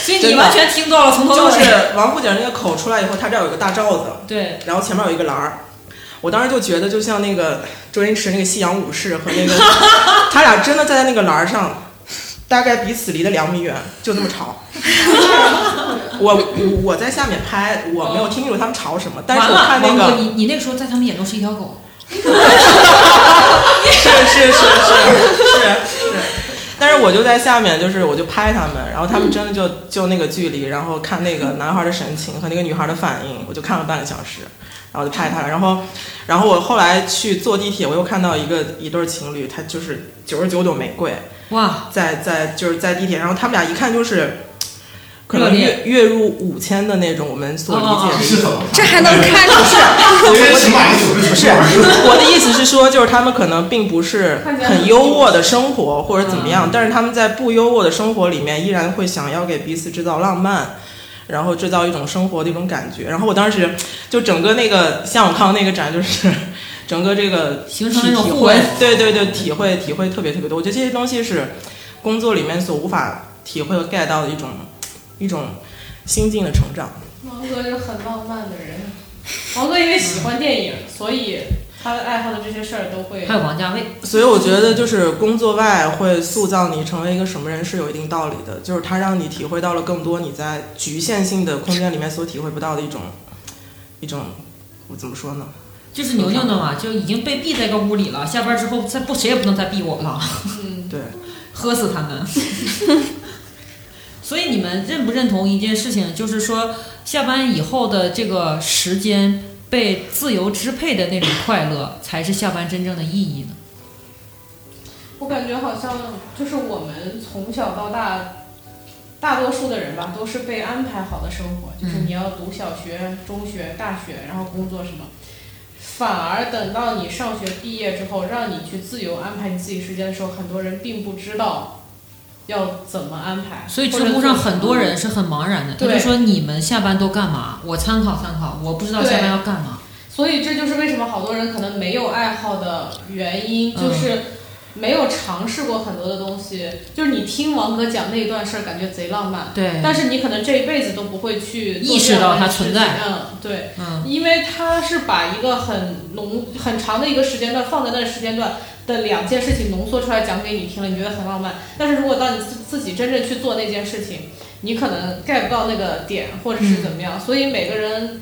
所以
真
你
的
完全听到了从头到
就
尾。
是王府井那个口出来以后，它这儿有一个大罩子，
对，
然后前面有一个栏儿。我当时就觉得，就像那个周星驰那个《夕阳武士》和那 个，他俩真的站在那个栏儿上，大概彼此离了两米远，就这么吵。我我我在下面拍，我没有听清楚他们吵什么，但是我看那
完了王
个
哥你你那个时候在他们眼中是一条狗，
是是是是是是，但是我就在下面，就是我就拍他们，然后他们真的
嗯
就就那个距离，然后看那个男孩的神情和那个女孩的反应，我就看了半个小时，然后就拍他了。然后，然后我后来去坐地铁，我又看到一个一对情侣，他就是九十九朵玫瑰，
哇，
在在就是在地铁，然后他们俩一看就是。可
热
能
恋
月月入五千的那种，我们所理
哦
解的一种
这还能看出
我
因为起码也
我
九十
不是
九小时。
我的意思是说，就是他们可能并不是很优渥的生活或者怎么样，但是他们在不优渥的生活里面，依然会想要给彼此制造浪漫。然后制造一种生活的一种感觉，然后我当时就整个那个向武康那个展，就是整个这个
形成了一种
体
互
会
文，
对对对，体会体会特别特别多。我觉得这些东西是工作里面所无法体会和 get 到的一种一种心境的成长。
王哥是很浪漫的人，王哥因为喜欢电影，所以他的爱好的这些事儿都会
还有王家卫，
所以我觉得，就是工作外会塑造你成为一个什么人是有一定道理的，就是它让你体会到了更多你在局限性的空间里面所体会不到的一种，一种，我怎么说呢？
就是牛牛的嘛，就已经被闭在一个屋里了，下班之后再不谁也不能再逼我了，
对，
喝死他们。 所以你们认不认同一件事情，就是说下班以后的这个时间被自由支配的那种快乐，才是下班真正的意义呢？
我感觉好像就是我们从小到大，大多数的人吧，都是被安排好的生活，就是
嗯
你要读小学、中学、大学，然后工作什么。反而等到你上学毕业之后，让你去自由安排你自己时间的时候，很多人并不知道要怎么安排。
所以
或
知
者
乎上
怎么
很多人是很茫然的，他就
对
说你们下班都干嘛？我参考参考，我不知道下班要干嘛。
所以这就是为什么好多人可能没有爱好的原因，
嗯
就是没有尝试过很多的东西。就是你听王哥讲那一段事儿，感觉贼浪漫，
对
但是你可能这一辈子都不会去做
意识到它
这样的事情
存在
嗯，对，
嗯，
因为他是把一个很浓、很长的一个时间段放在那个时间段的两件事情浓缩出来讲给你听了，你觉得很浪漫。但是如果当你自自己真正去做那件事情，你可能 get 不到那个点，或者是怎么样。
嗯
所以每个人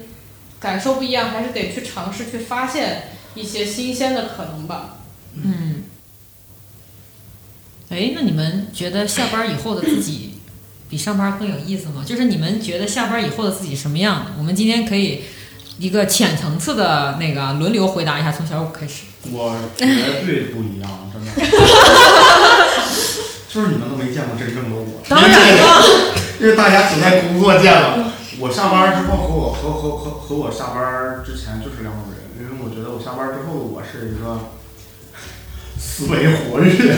感受不一样，还是得去尝试去发现一些新鲜的可能吧。
嗯，哎，那你们觉得下班以后的自己比上班更有意思吗？就是你们觉得下班以后的自己什么样？我们今天可以一个浅层次的那个轮流回答一下，从小五开始。
我绝对不一样， 真的。就是你们都没见过真正的我，
当然了，
因为大家只在工作见了。我上班之后和我和和和和我下班之前就是两种人，因为我觉得我下班之后我是一个思维活跃，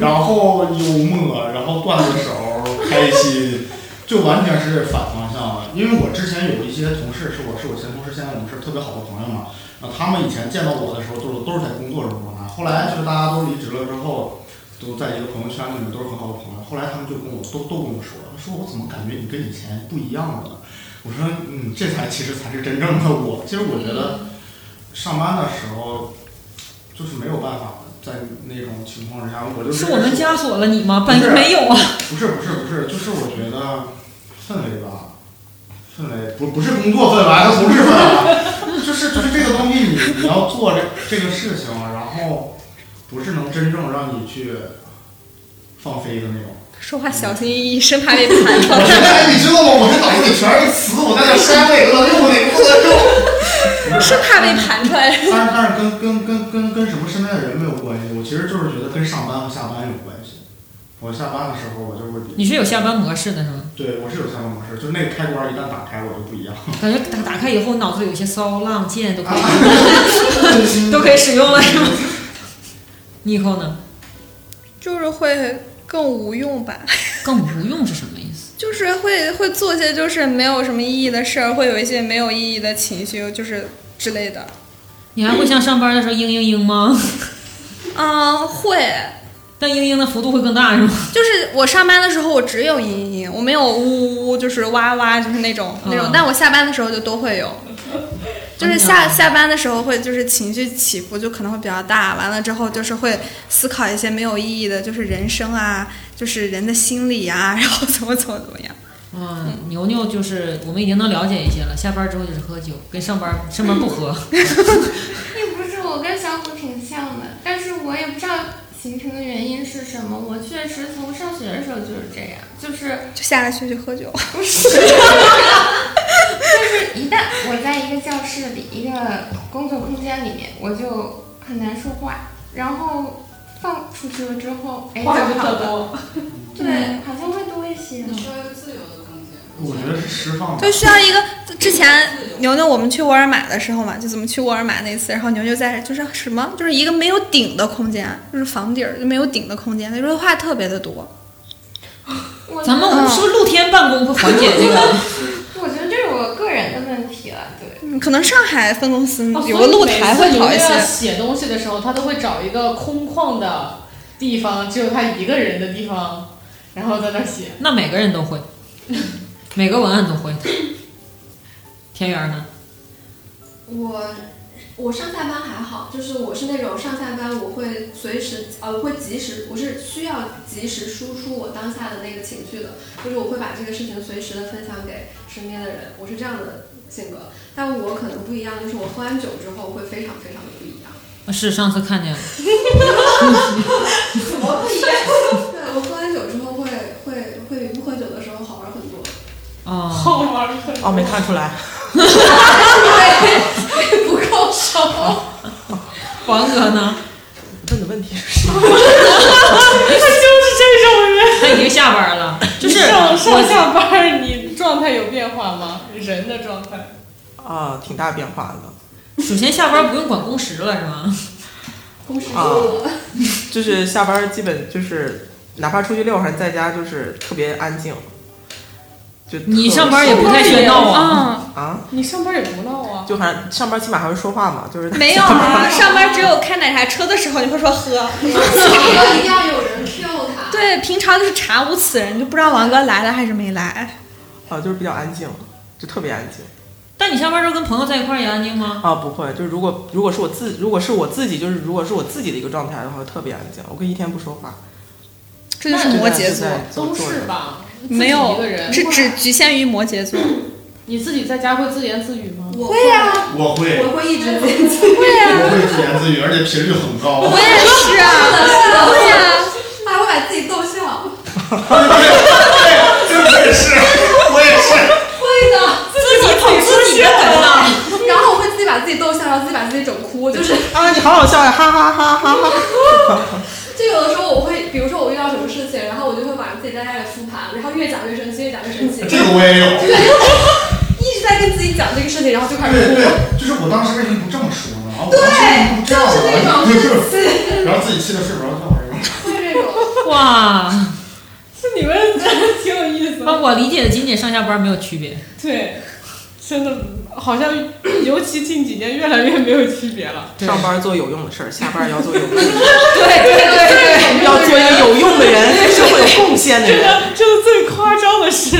然后幽默，然后段子手，开心，就完全是反方向的。因为我之前有一些同事是我是我前同事，现在同事特别好的朋友嘛，然后他们以前见到我的时候都是都是在工作中状态，后来就是大家都离职了之后。都在一个朋友圈里面都是很好的朋友。后来他们就跟我都都跟我说，说我怎么感觉你跟以前不一样了呢？我说，嗯，这才其实才是真正的我。其实我觉得上班的时候就是没有办法在那种情况之下，我就是
我们枷锁了你吗？本没有啊。
不是不是不是，就是我觉得氛围吧，氛围不不是工作氛围，是同事氛围，就是就是这个东西你你要做这这个事情，然后。不是能真正让你去放飞的那种。
说话小心翼翼，生怕被盘
我现在你知道吗？我这脑子里全是词，我在这删哪个了，用哪个不能
用，生怕被盘出来。
但是但是跟跟跟跟跟什么身边的人没有关系，我其实就是觉得跟上班和下班有关系。我下班的时候，我就会。
你是有下班模式的是吗？
对，我是有下班模式，就是那个开关一旦打开，我就不一样。
感觉打打开以后，脑子有些骚浪剑都可以， 都可以使用了是吗？你以后呢？
就是会更无用吧。
更无用是什么意思？
就是会会做些就是没有什么意义的事儿，会有一些没有意义的情绪，就是之类的。
你还会像上班的时候嘤嘤嘤吗？
嗯，会。
但嘤嘤的幅度会更大是吗？
就是我上班的时候我只有嘤嘤嘤，我没有呜呜呜，就是哇哇，就是那种那
嗯
种。但我下班的时候就都会有。就是
嗯
下下班的时候会就是情绪起伏就可能会比较大，完了之后就是会思考一些没有意义的，就是人生啊，就是人的心理啊，然后怎么怎么怎么样。
嗯，牛牛就是我们已经能了解一些了，下班之后就是喝酒，跟上班上班不喝。
并不是我跟小虎挺像的，但是我也不知道形成的原因是什么。我确实从上学的时候就是这样，就是
就下了学就喝酒。
不是。就是一旦我在一个教室里、一个工作空间里面，我就很难说话。然后放出去了之后，哎，
话就
好
多，
对，好像会多一些。
你需要一个自由的空间。
我觉得是释放。
就需要一个之前牛牛我们去沃尔玛的时候嘛，就怎么去沃尔玛那次，然后牛牛在就是什么，就是一个没有顶的空间，就是房顶就没有顶的空间，他说话特别的多。
咱们是不是露天办公会缓解这个？
我觉得这是我个人的问题了，对。
嗯，可能上海分公司
哦
有个露台会好
所以每次牛
一
牛要
些。
写东西的时候，他都会找一个空旷的地方，只有他一个人的地方，然后在那儿写。
那每个人都会，每个文案都会。田园呢？
我我上下班还好，就是我是那种上下班我会随时呃我会及时，我是需要及时输出我当下的那个情绪的，就是我会把这个事情随时的分享给身边的人，我是这样的性格。但我可能不一样，就是我喝完酒之后会非常非常的不一样。
是上次看见 了，
怎么不一样？对，我喝完酒之后会会会比不喝酒的时候好玩很多。
哦，
好玩儿。
哦，没看出来。
对， 不够熟。
哦
王哥呢？
问的问题是
他就是这种人。
他已经哎下班了，就是
上上
我
下班儿，你状态有变化吗？人的状态。
啊、挺大变化的，
首先下班不用管工时了是吗？
公司
啊 就是下班儿基本就是，哪怕出去遛还是在家，就是特别安静。就
你
特
上班也不太喧闹啊，
嗯，
啊，
你上班儿也不闹啊。
就还上班起码还会说话嘛，就是
没有啊，上班只有开奶茶车的时候你会说喝。
一定要有人 Q 他。
对，平常就是查无此人，就不知道王哥来了还是没来。
啊，就是比较安静，就特别安静。
但你下班之后跟朋友在一块儿也安静吗？
啊，不会，就是如果如果是我自如果是我自己，就是如果是我自己的一个状态的话，特别安静，我可以一天不说话。
这就是摩羯
就
座，
在
都
坐
是
着
吧？自己
没
一
有
个，人，
是只局限于摩羯座。
你自己在家会自言自语吗？
我
会呀、
我会，
我会一直坚持。
啊
我会自言自语，而且频率很高。
我也是啊，对呀、
啊还会把自己逗笑。
对，这我也是，我也是。
会的，
自己捧自己的哏呐，
然后我会自己把自己逗笑，然后自己把自己整哭，就是
啊，你好好笑呀，哈哈哈哈哈！
就有的时候我会，比如说我遇到什么事情，然后我就会晚上自己在家里复盘，然后越讲越生气，越讲越
这个我也 有。
一直在跟自己讲这个事情，然后就开始
对
哭。
对，就是我当时为什么不这么说呢？啊我
对
当时为什么不这样呢
就是那种对
然后自己气得睡不着觉。
哇，
就你们真的挺有意思的。
把我理解的仅仅上下班没有区别。
对，真的好像尤其近几年越来越没有区别了。
上班做有用的事 儿，下班要做有用的事儿。
对对对对
要做一个有用的人，对社会有贡献的
真
人。
的，真的最夸张的是，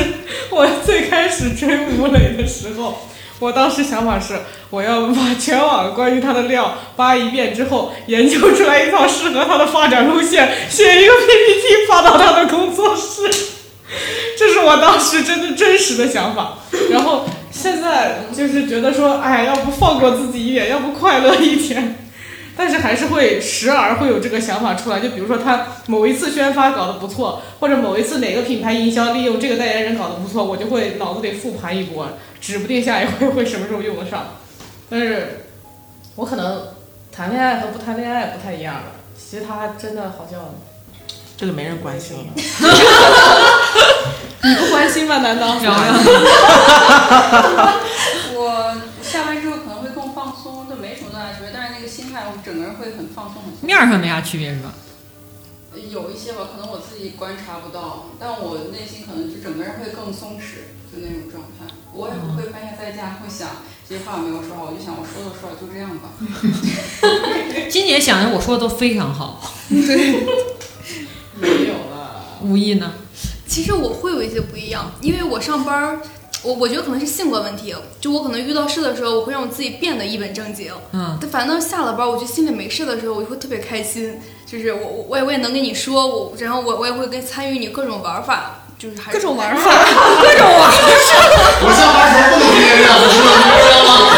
我最开始追吴磊的时候，我当时想法是，我要把全网关于他的料扒一遍之后，研究出来一套适合他的发展路线，写一个 PPT 发到他的工作室。这是我当时真的真实的想法，然后现在就是觉得说，哎，要不放过自己一点，要不快乐一点。但是还是会时而会有这个想法出来。就比如说他某一次宣发搞得不错，或者某一次哪个品牌营销利用这个代言人搞得不错，我就会脑子里复盘一波，指不定下一回会什么时候用得上。但是，我可能谈恋爱和不谈恋爱不太一样了。其他真的好像
这个没人关心了。啊
你不关心吗？难 道？
我下班之后可能会更放松，就没什么多大区别，但是那个心态，我整个人会很放松，很松
面儿上没啥区别是吧？
有一些吧，可能我自己观察不到，但我内心可能就整个人会更松弛，就那种状态。我也不会半夜在家会想这些话没有说好，我就想我说都说了，就这样 吧。
今年想的我说的都非常好。
没有了。
无意呢？
其实我会有一些不一样，因为我上班儿，我我觉得可能是性格问题，就我可能遇到事的时候，我会让我自己变得一本正经。
嗯
但反倒下了班儿，我就心里没事的时候，我就会特别开心，就是我我我也我也能跟你说，我然后我我也会跟参与你各种玩儿法，就是还各种 玩法，各种玩法。
我上班时候不能跟人家说，你知道吗？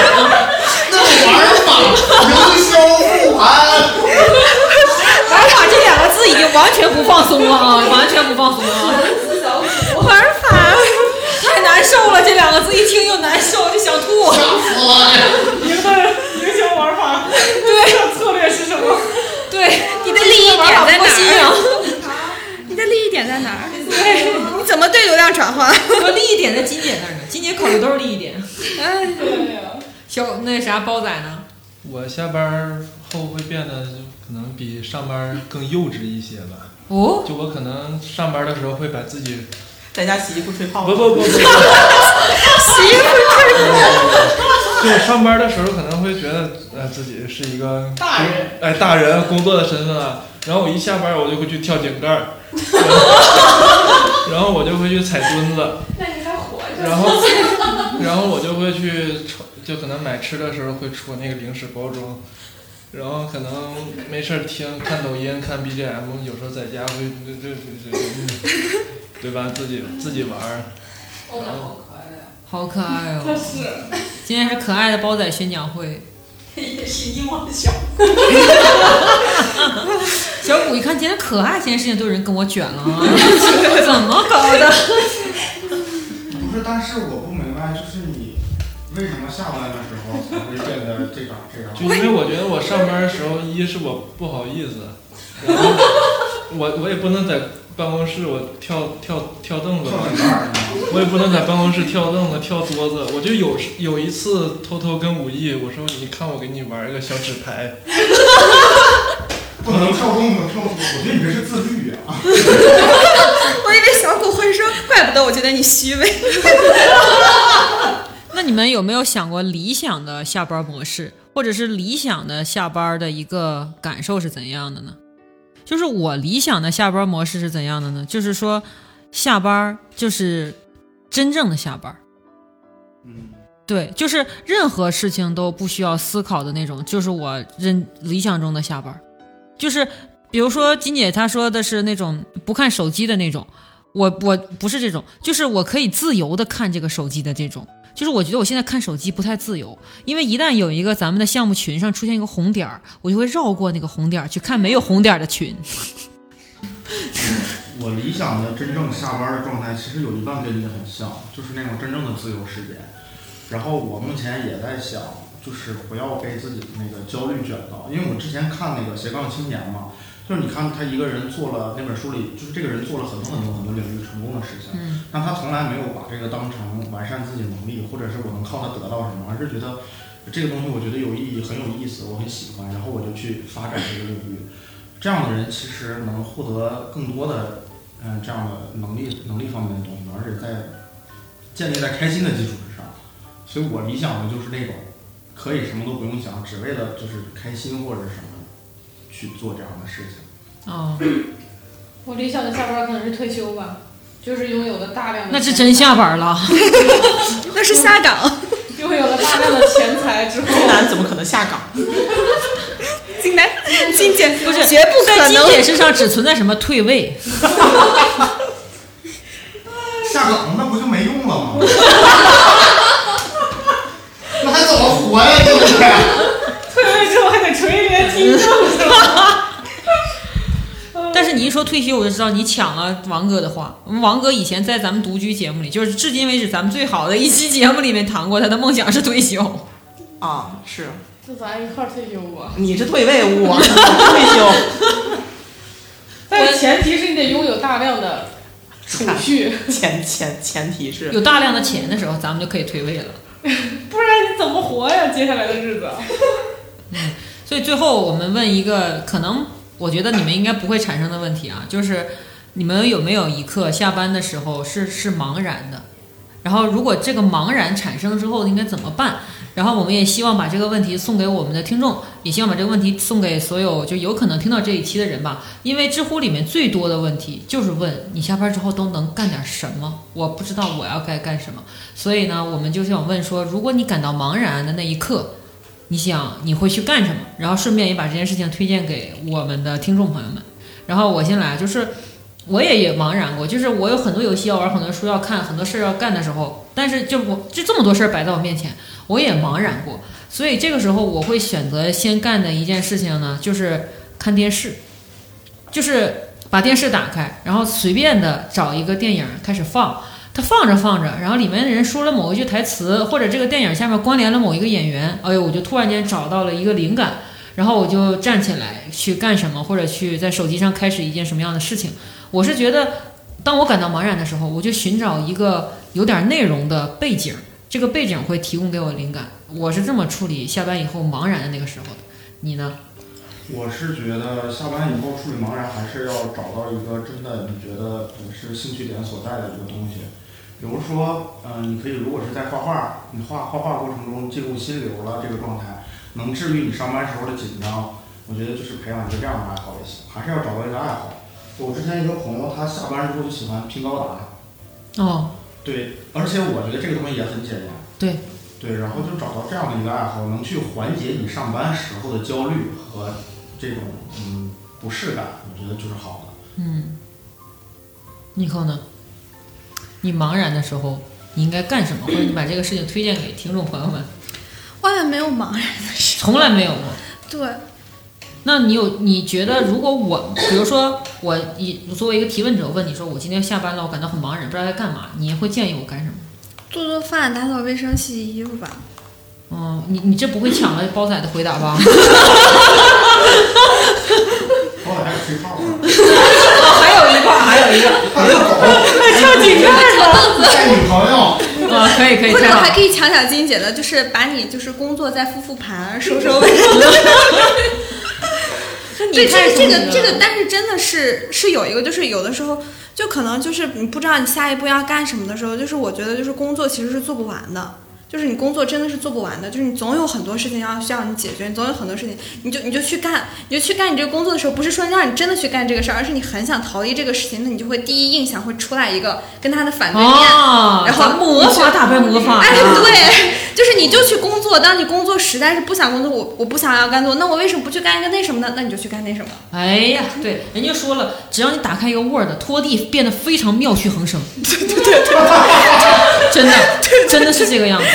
那玩儿法，营销复盘，
玩法这两个字已经完全不放松了 啊，完全不放松了。啊玩法太难受了，这两个字一听就难受，就想吐。
赢的赢球玩法，
对，
策略是什么？
对，
你的利益点在哪啊
儿？
你的利益点在哪儿？啊 对，你怎么对流量转化？
我利益点在金姐那儿呢，金姐考虑都是利益点。
哎，
小那啥包仔呢？
我下班后会变得就可能比上班更幼稚一些吧。
哦，
就我可能上班的时候会把自 己
在家洗衣服吹泡
不不不不， 不
洗衣服
就我上班的时候可能会觉得呃自己是一个
大人
哎大人工作的身份啊，然后我一下班我就会去跳井盖 儿，然后 我就会去踩墩子，
那你还活着？
然后， 然后我就会去戳，就可能买吃的时候会戳那个零食包装，然后可能没事儿听看抖音、看 BGM，有时候在家会这这这这，嗯对吧？自己自己玩儿，
哦，那好可爱啊！
好可爱哦！
真是
今天是可爱的包仔宣讲 会。
也是一汪 小。
小谷一看今天可爱这件事情，都有人跟我卷了 啊！怎么搞的？
不是，但是我不明白，就是你为什么下班的时候才会变得这样这样？
就因为我觉得我上班的时候，一是我不好意思，然后我我也不能在办公室我跳跳跳凳子嘛， 我也不能在办公室跳凳子跳桌子。我就有时有一次偷偷跟武艺我说，你看我给你玩一个小纸牌，
不能跳动，不能跳动，我觉得你这是自律啊。
我以为小谷会说，怪不得我觉得你 虚伪。
那你们有没有想过理想的下班模式，或者是理想的下班的一个感受是怎样的呢？就是我理想的下班模式是怎样的呢？就是说，下班就是真正的下班。对，就是任何事情都不需要思考的那种，就是我认理想中的下班儿，就是比如说金姐她说的是那种不看手机的那种，我我不是这种，就是我可以自由的看这个手机的这种，就是我觉得我现在看手机不太自由，因为一旦有一个咱们的项目群上出现一个红点儿，我就会绕过那个红点儿去看没有红点儿的群。
我理想的真正下班的状态，其实有一半跟你的很像，就是那种真正的自由时间。然后我目前也在想，就是不要被自己的那个焦虑卷到，因为我之前看那个斜杠青年嘛，就是你看他一个人做了那本书里，就是这个人做了很多很多很多领域成功的事情，
嗯
但他从来没有把这个当成完善自己能力，或者是我能靠它得到什么，而是觉得这个东西我觉得有意义，很有意思，我很喜欢，然后我就去发展这个领域。这样的人其实能获得更多的，嗯、这样的能力能力方面的东西，而且在建立在开心的基础之上。所以我理想的就是那种可以什么都不用想，只为了就是开心或者什么去做这样的事情。
哦，
我理想的下班可能是退休吧，就是拥有了大量的
那是 真下班了，
那是下岗， 拥有了大量的钱财之后，
直男怎么可能下岗？
金南，金姐
不是
绝不
在
可
金
能。
姐身上只存在什么退位，
下岗那不就没用了吗？那还怎么活呀？对不对？
退位之后还得锤一遍听众是 吧？
但是你一说退休，我就知道你抢了王哥的话。我们王哥以前在咱们独居节目里，就是至今为止咱们最好的一期节目里面谈过，他的梦想是退休。
啊，是，
就咱一块儿退休吧。
你是退位，啊我 我退
但是 前提是你得拥有大量的储蓄，
休，前前前提是
有大量的钱的时候，咱们就可以退位了。
不然你怎么活呀？接下来的 日子，
所以最后我们问一个，可能我觉得你们应该不会产生的问题啊，就是你们有没有一刻下班的时候是是茫然的？然后如果这个茫然产生之后应该怎么办？然后我们也希望把这个问题送给我们的听众，也希望把这个问题送给所有就有可能听到这一期的人吧。因为知乎里面最多的问题就是问你下班之后都能干点什么，我不知道我要该干什么。所以呢，我们就想问说，如果你感到茫然的那一刻，你想你会去干什么，然后顺便也把这件事情推荐给我们的听众朋友们。然后我先来，就是我也也茫然过，就是我有很多游戏要玩，很多书要看，很多事儿要干的时候，但是就我就这么多事儿摆在我面前，我也茫然过。所以这个时候我会选择先干的一件事情呢，就是看电视，就是把电视打开，然后随便的找一个电影开始放。它放着放着，然后里面的人说了某一句台词，或者这个电影下面关联了某一个演员，哎呦，我就突然间找到了一个灵感，然后我就站起来去干什么，或者去在手机上开始一件什么样的事情。我是觉得，当我感到茫然的时候，我就寻找一个有点内容的背景，这个背景会提供给我灵感。我是这么处理下班以后茫然的那个时候的。你呢？
我是觉得下班以后处理茫然，还是要找到一个真的你觉得呃是兴趣点所在的一个东西。比如说，嗯、你可以如果是在画画，你画画画过程中进入心流了这个状态，能治愈你上班时候的紧张。我觉得就是培养一个这样的爱好也行，还是要找到一个爱好。我之前一个朋友，他下班之后就喜欢拼高达，
哦，
对，而且我觉得这个东西也很简单。
对，
对，然后就找到这样的一个爱好，能去缓解你上班时候的焦虑和这种嗯不适感，我觉得就是好的。
嗯，你以后呢？你茫然的时候，你应该干什么？或者你把这个事情推荐给听众朋友们？
我也没有茫然，
从来没有过。
对，
那你有你觉得，如果我，比如说我以作为一个提问者问你说，我今天下班了，我感到很茫然，不知道该干嘛，你会建议我干什么？
做做饭、打扫卫生、洗洗衣服吧。
嗯，你你这不会抢了包仔的回答 吧？
包仔还有吹泡呢，
哦还有一个，还有一个，
还有 狗，
跳井盖了，
带
哎
女朋友，
啊，可以可以，
或者
太
我
好
还
了。
可以抢抢金姐的，就是把你就是工作再复复盘，啊收收尾。 对，这
太
个
聪
这
明了
个这个，但是真的是是有一个，就是有的时候就可能就是你不知道你下一步要干什么的时候，就是我觉得就是工作其实是做不完的。就是你工作真的是做不完的，就是你总有很多事情要需要你解决，你总有很多事情，你就你就去干，你就去干你这个工作的时候，不是说让你真的去干这个事儿，而是你很想逃离这个事情，那你就会第一印象会出来一个跟他的反对面，
哦，
然后
魔法打败魔法，
哎，对，就是你就去工作，当你工作实在是不想工作，我我不想要干做，那我为什么不去干一个那什么呢？那你就去干那什么。
哎呀，对，人家说了，只要你打开一个 Word，拖地变得非常妙趣横生。对对对， 真的真的是这个样子。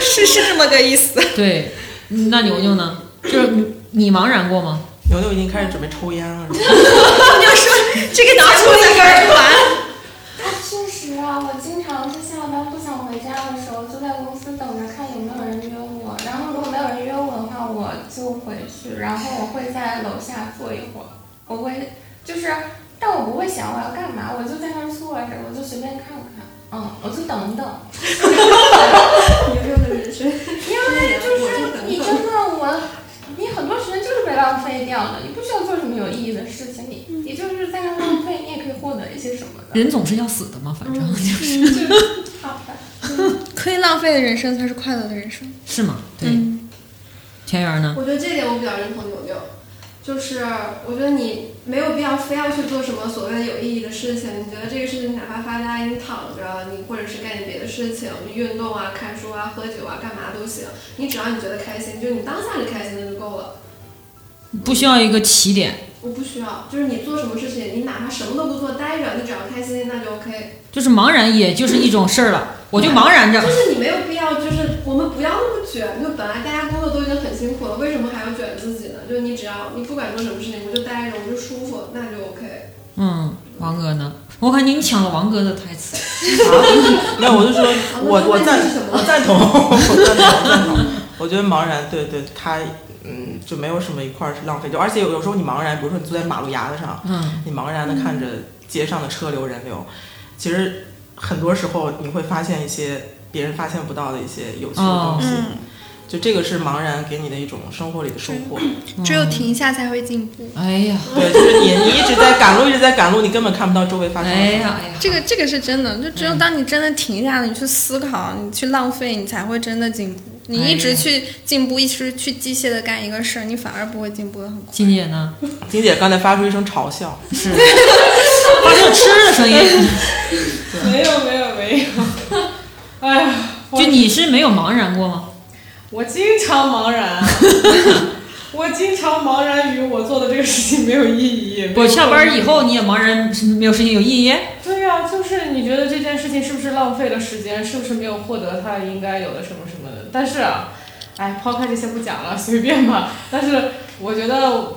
是是这么个意思。
对，嗯那牛牛呢？就是你你茫然过吗？
牛牛已经开始准备抽烟了，
你要说 这个拿出来根出来，
啊，确实啊，我经常是下班不想回家的时候，就在公司等着看有没有人约我。然后如果没有人约我的话，我就回去，然后我会在楼下坐一会儿。我会就是，但我不会想我要干嘛，我就在那儿坐着，我就随便看看，嗯，我就等等。
你这个人生，
因为就是你真的我，你很多时间就是被浪费掉了，你不需要做什么有意义的事情，你你就是在那浪费，你也可以获得一些什么的。
人总是要死的嘛，反正就是、
好吧，
可以浪费的人生才是快乐的人生。
是吗？对，田园呢？
我觉得这点我比较认同牛牛，就是我觉得你没有必要非要去做什么所谓的有意义的事情。你觉得这个事情哪怕发呆，你躺着，你或者是干点别的事情，运动啊、看书啊、喝酒啊、干嘛都行。你只要你觉得开心，就是你当下你开心的就够了。
不需要一个起点，
我不需要，就是你做什么事情，你哪怕什么都不做，待着，你只要开心，那就 OK。
就是茫然也就是一种事儿了，我就茫然着
就。是你没有必要，就是我们不要那么卷。就本来大家工作都已经很辛苦了，为什么还要卷自己呢？就是你只要你不管做什么事情，我就待着，我就舒服，那就 OK。
嗯，王哥呢？我感觉你抢了王哥的台词。
啊没有，我就说
啊
我
那
我
那
赞
是什么
我赞同，我赞同，我 赞同。我觉得茫然，对对，他嗯就没有什么一块儿是浪费，就而且有有时候你茫然，比如说你坐在马路牙子上，
嗯，
你茫然的看着街上的车流人流，其实很多时候你会发现一些别人发现不到的一些有趣的
哦
东西。
嗯
就这个是茫然给你的一种生活里的收获，
只有停下才会进步。
嗯哎呀，
对，就是你你一直在赶路，一直在赶路，你根本看不到周围发生了
哎
什么。
呀，哎呀，嗯
这个这个是真的，就只有当你真的停下了，你去思考，你去浪费，你才会真的进步。
哎
你一直去进步，一直去机械的干一个事儿，你反而不会进步的很快。
金姐呢？
金姐刚才发出一声嘲笑，
是发出吃的声音。
没有没有没有，哎呀，
就你是没有茫然过吗？
我经常茫然，啊 我经常茫然于我做的这个事情没有意义。
我下班以后你也茫然，是没有事情有意义？
对呀、就是你觉得这件事情是不是浪费了时间，是不是没有获得它应该有的什么什么的？但是啊，哎，抛开这些不讲了，随便吧。 但是我觉得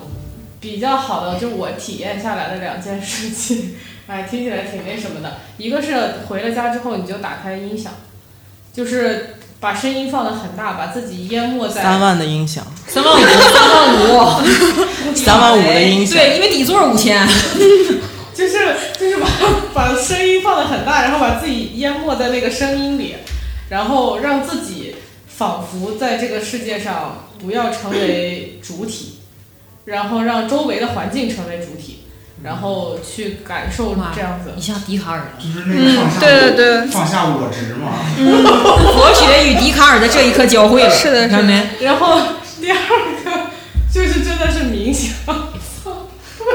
比较好的，就我体验下来的两件事情，哎，听起来挺那什么的。一个是回了家之后，你就打开音响，就是把声音放得很大，把自己淹没 在
三万的音响，
三万五，三万五，
三万五的音响，
对，因为底座五千，
就是就是把 把声音放得很大，然后把自己淹没在那个声音里，然后让自己仿佛在这个世界上不要成为主 体，然后让周围的环境成为主体，然后去感受这样子
一。下笛卡尔了。嗯
就是那
嗯
个放下、
对对对，
放下我执嘛。
佛学与笛卡尔在这一刻交汇了，
是的
你看没？
然后第二个就是真的是冥想，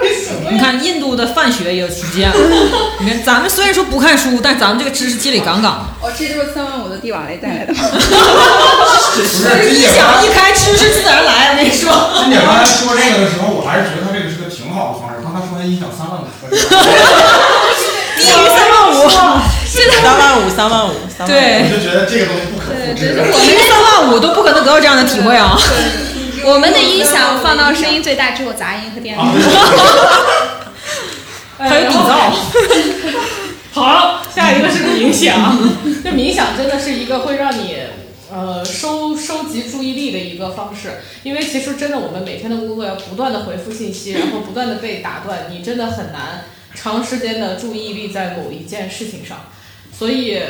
为什么
你
呀？
看印度的范学也有实 践，你看咱们虽然说不看书，但咱们这个知识积累杠杠。
哦，这就是三万五的地瓦雷带来的。
不是
一
金姐
想一开，知识自然来。我啊跟你说，
金姐刚才说这个的时候，我还是觉得她这个是个挺好的方式。刚才说她音响三万五，
低于三万 五，
三万五，三万五，三万五。
对
我就觉得这个东西不可复制。
低于三万五都不可能得到这样的体会啊！
我们的音响放到声音最大，只有杂音和电
啊
流。
哎
还有底
然后
噪。
好，下一个是冥想。这冥想真的是一个会让你呃收收集注意力的一个方式，因为其实真的我们每天的工作要不断的回复信息，然后不断的被打断，你真的很难长时间的注意力在某一件事情上，所以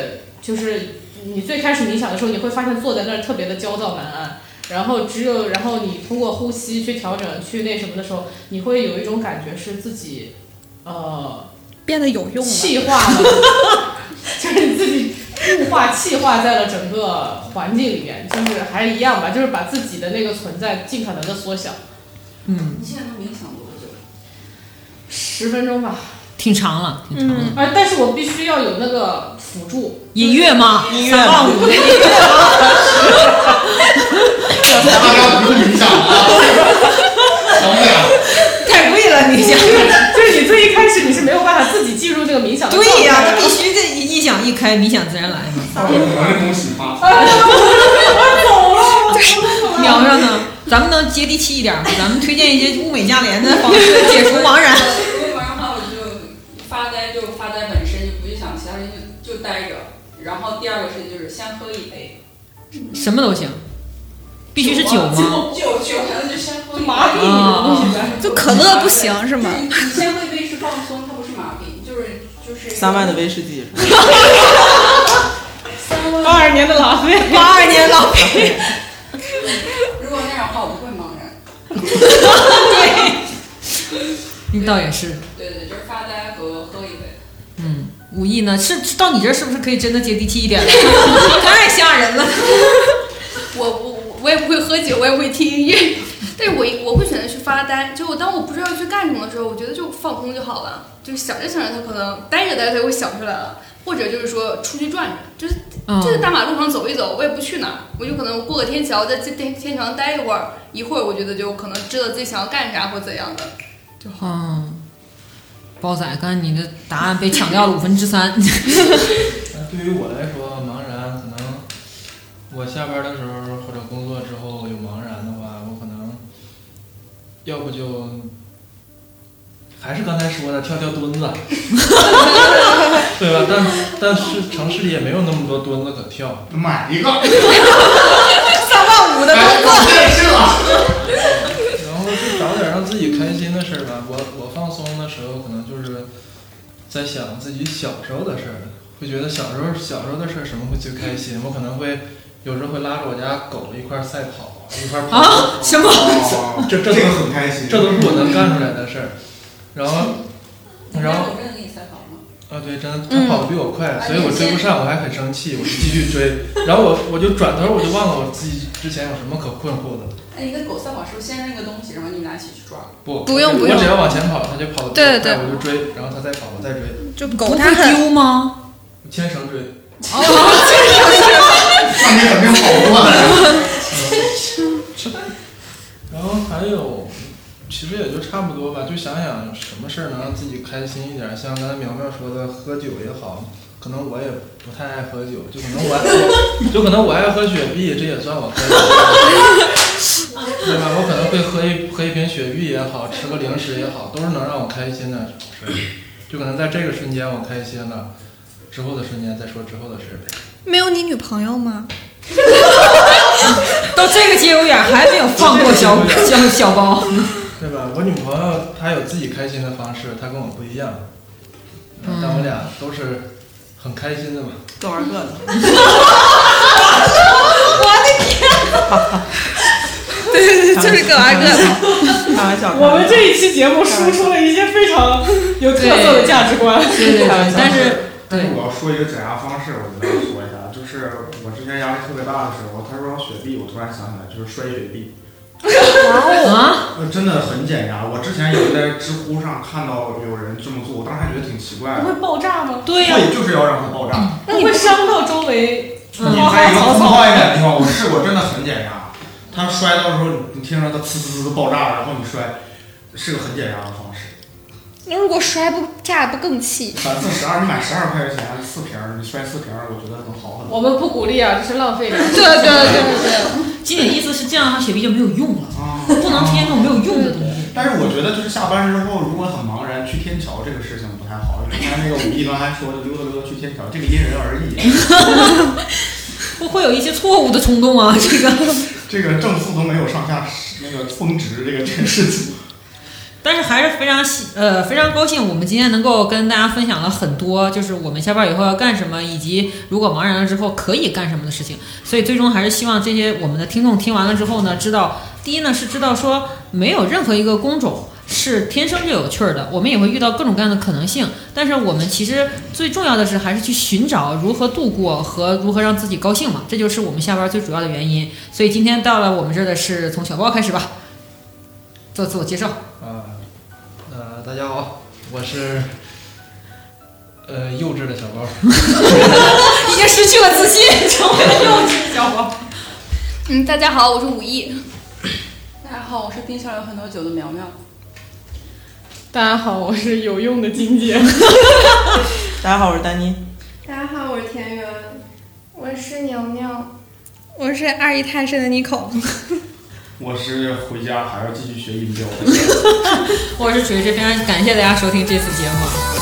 就是你最开始冥想的时候，你会发现坐在那儿特别的焦躁难安。然后只有，然后你通过呼吸去调整、去那什么的时候，你会有一种感觉是自己，呃，
变得有用了。
气化了， 就是你自己物化气化在了整个环境里面，就是还是一样吧，就是把自己的那个存在尽可能的缩小，
嗯，
你现在能冥想多久？
十分钟吧。
挺长了，挺长了。
啊，但是我必须要有那个 辅助，
音乐吗？
音乐
三万 五的音乐
大家不用冥想了，成不了。
太贵了，你想。
就是你最一开始你是没有办法自己进入这个冥想的状态
对呀、
的
这必须这音响一开，冥想自然来嘛。
我我这东西啊，
哎
聊聊呢，咱们能接地气一点吗？咱们推荐一些物美价廉的方式解除茫然。
如果不然的话，我就发呆，就发呆本身，就不去想其他事情，就就待着。然后第二个事情就是先喝一杯，
什么都行，必须是酒
啊
吗？
酒酒还能就先喝一杯，
麻痹你的东西呗
啊
就可乐不行是吗
就是你你先喝一杯是放松，它不是麻痹，就是就是
三万的威士 忌，
八二年的老费，
82年
老
费。如果那样的话，我不会茫然。
你嗯倒也是，
对对，就是发呆和喝一杯。
嗯，武艺呢？是是到你这儿是不是可以真的接地气一点 了？太吓人了。
我我我也不会喝酒，我也不会听音乐，但是我一我会选择去发呆。就我当我不知道要去干什么的时候，我觉得就放空就好了。就是想着想着，他可能待着待着他会想出来了，或者就是说出去转转，就是
嗯
就在大马路上走一走，我也不去哪儿，我就可能过个天桥，在这天天桥上待一会儿，一会儿我觉得就可能知道自己想要干啥或怎样的。
嗯，包仔，啊刚才你的答案被抢掉了五分之 三。
那 对于我来说，茫然可能我下班的时候或者工作之后有茫然的话，我可能要不就还是刚才说的跳跳墩子， 对吧？但但是城市里也没有那么多墩子可跳，
买一个
三万五的
哎
工
我
作。
变身了
然后就找点让自己开心的事儿吧。我我放松的时候，可能就是在想自己小时候的事儿，会觉得小时候小时候的事儿什么会最开心。我可能会有时候会拉着我家狗一块儿赛跑，一块儿跑。
啊什么
这这
哦这个很开心
这都是我能干出来的事儿。然 后，然后
我真的给你采访吗？
啊，对，真的，他
嗯
跑得比我快，
啊
所以我追不上，我还很生气，我就继续追。然后我我就转头我就忘了我自己之前有什么可困惑的。
那你跟哎狗赛跑是不是先扔一个东西，然后你们俩一起去抓？
不，
不用
我
不用
我只要往前跑，它就跑得比我
对对
快我就追，然后它再跑，我再追。
就
狗它会丢 吗？
牵绳追。
哦，
那你肯定跑不过啊来。
然后还有，其实也就差不多吧，就想想什么事儿能让自己开心一点儿。像刚才苗苗说的，喝酒也好，可能我也不太爱喝酒，就可能我爱，就可能我爱喝雪碧，这也算我喝酒，对吧？我可能会喝一喝一瓶雪碧也好，吃个零食也好，都是能让我开心的事儿。就可能在这个瞬间我开心了，之后的瞬间再说之后的事呗。
没有你女朋友吗？
到这个节骨眼儿还没有放过小小小包，
对吧？我女朋友她有自己开心的方式，她跟我不一样，嗯但我俩都是很开心的嘛。
各玩各的。
对对对，就是各玩各的。
开玩笑。
啊我们这一期节目输出了一些非常有特色的价值观。
但是我要说一个减压方式，我觉得要说一下，就是我之前压力特别大的时候，他说到雪碧，我突然想起来就是摔雪碧。
啊
呃真的很减压。我之前也在知乎上看到有人这么做，我当时还觉得挺奇怪的。
爆炸吗
会就是要让它爆炸。
那你会伤到周围花
你在
花
一个
草
空
草
旷一点的地方，我试过，真的很减压。它摔到的时候，你你听着它呲呲呲爆炸，然后你摔，是个很减压的方式。
你如果摔不炸不 更气？
反正十二，你买十二块钱四瓶儿，你摔四瓶儿，我觉得能好很多。
我们不鼓励啊，这是浪费粮食。
对对对对
金姐意思是这样的话，雪碧就没有用了，
啊
哦
不能天天用没有用的东西。
但是我觉得就是下班之后，如果很茫然，去天桥这个事情不太好。之前那个武艺刚才说的溜达溜达去天桥，这个因人而 异，
不会有一些错误的冲动啊，这个。
这个正负都没有上下那个峰值，这个这个事情。
但是还是非常喜呃非常高兴，我们今天能够跟大家分享了很多，就是我们下班以后要干什么，以及如果茫然了之后可以干什么的事情。所以最终还是希望这些我们的听众听完了之后呢，知道第一呢是知道说没有任何一个工种。是天生就有趣儿的，我们也会遇到各种各样的可能性。但是我们其实最重要的是，还是去寻找如何度过和如何让自己高兴嘛，这就是我们下班最主要的原因。所以今天到了我们这儿的是从小包开始吧，做自我介绍。
啊，呃，大家好，我是呃幼稚的小包。
已经失去了自信， 成为了幼稚的小宝。
嗯，大家好，我是武艺。
大家好，我是冰箱有很多酒的苗苗。
大家好，我是有用的金姐。
大家好，我是丹妮。
大家好，我是田园。
我是牛牛，
我是二姨太深的 Nico。
我是回家还要继续学音标。
我是锤锤，非常感谢大家收听这次节目。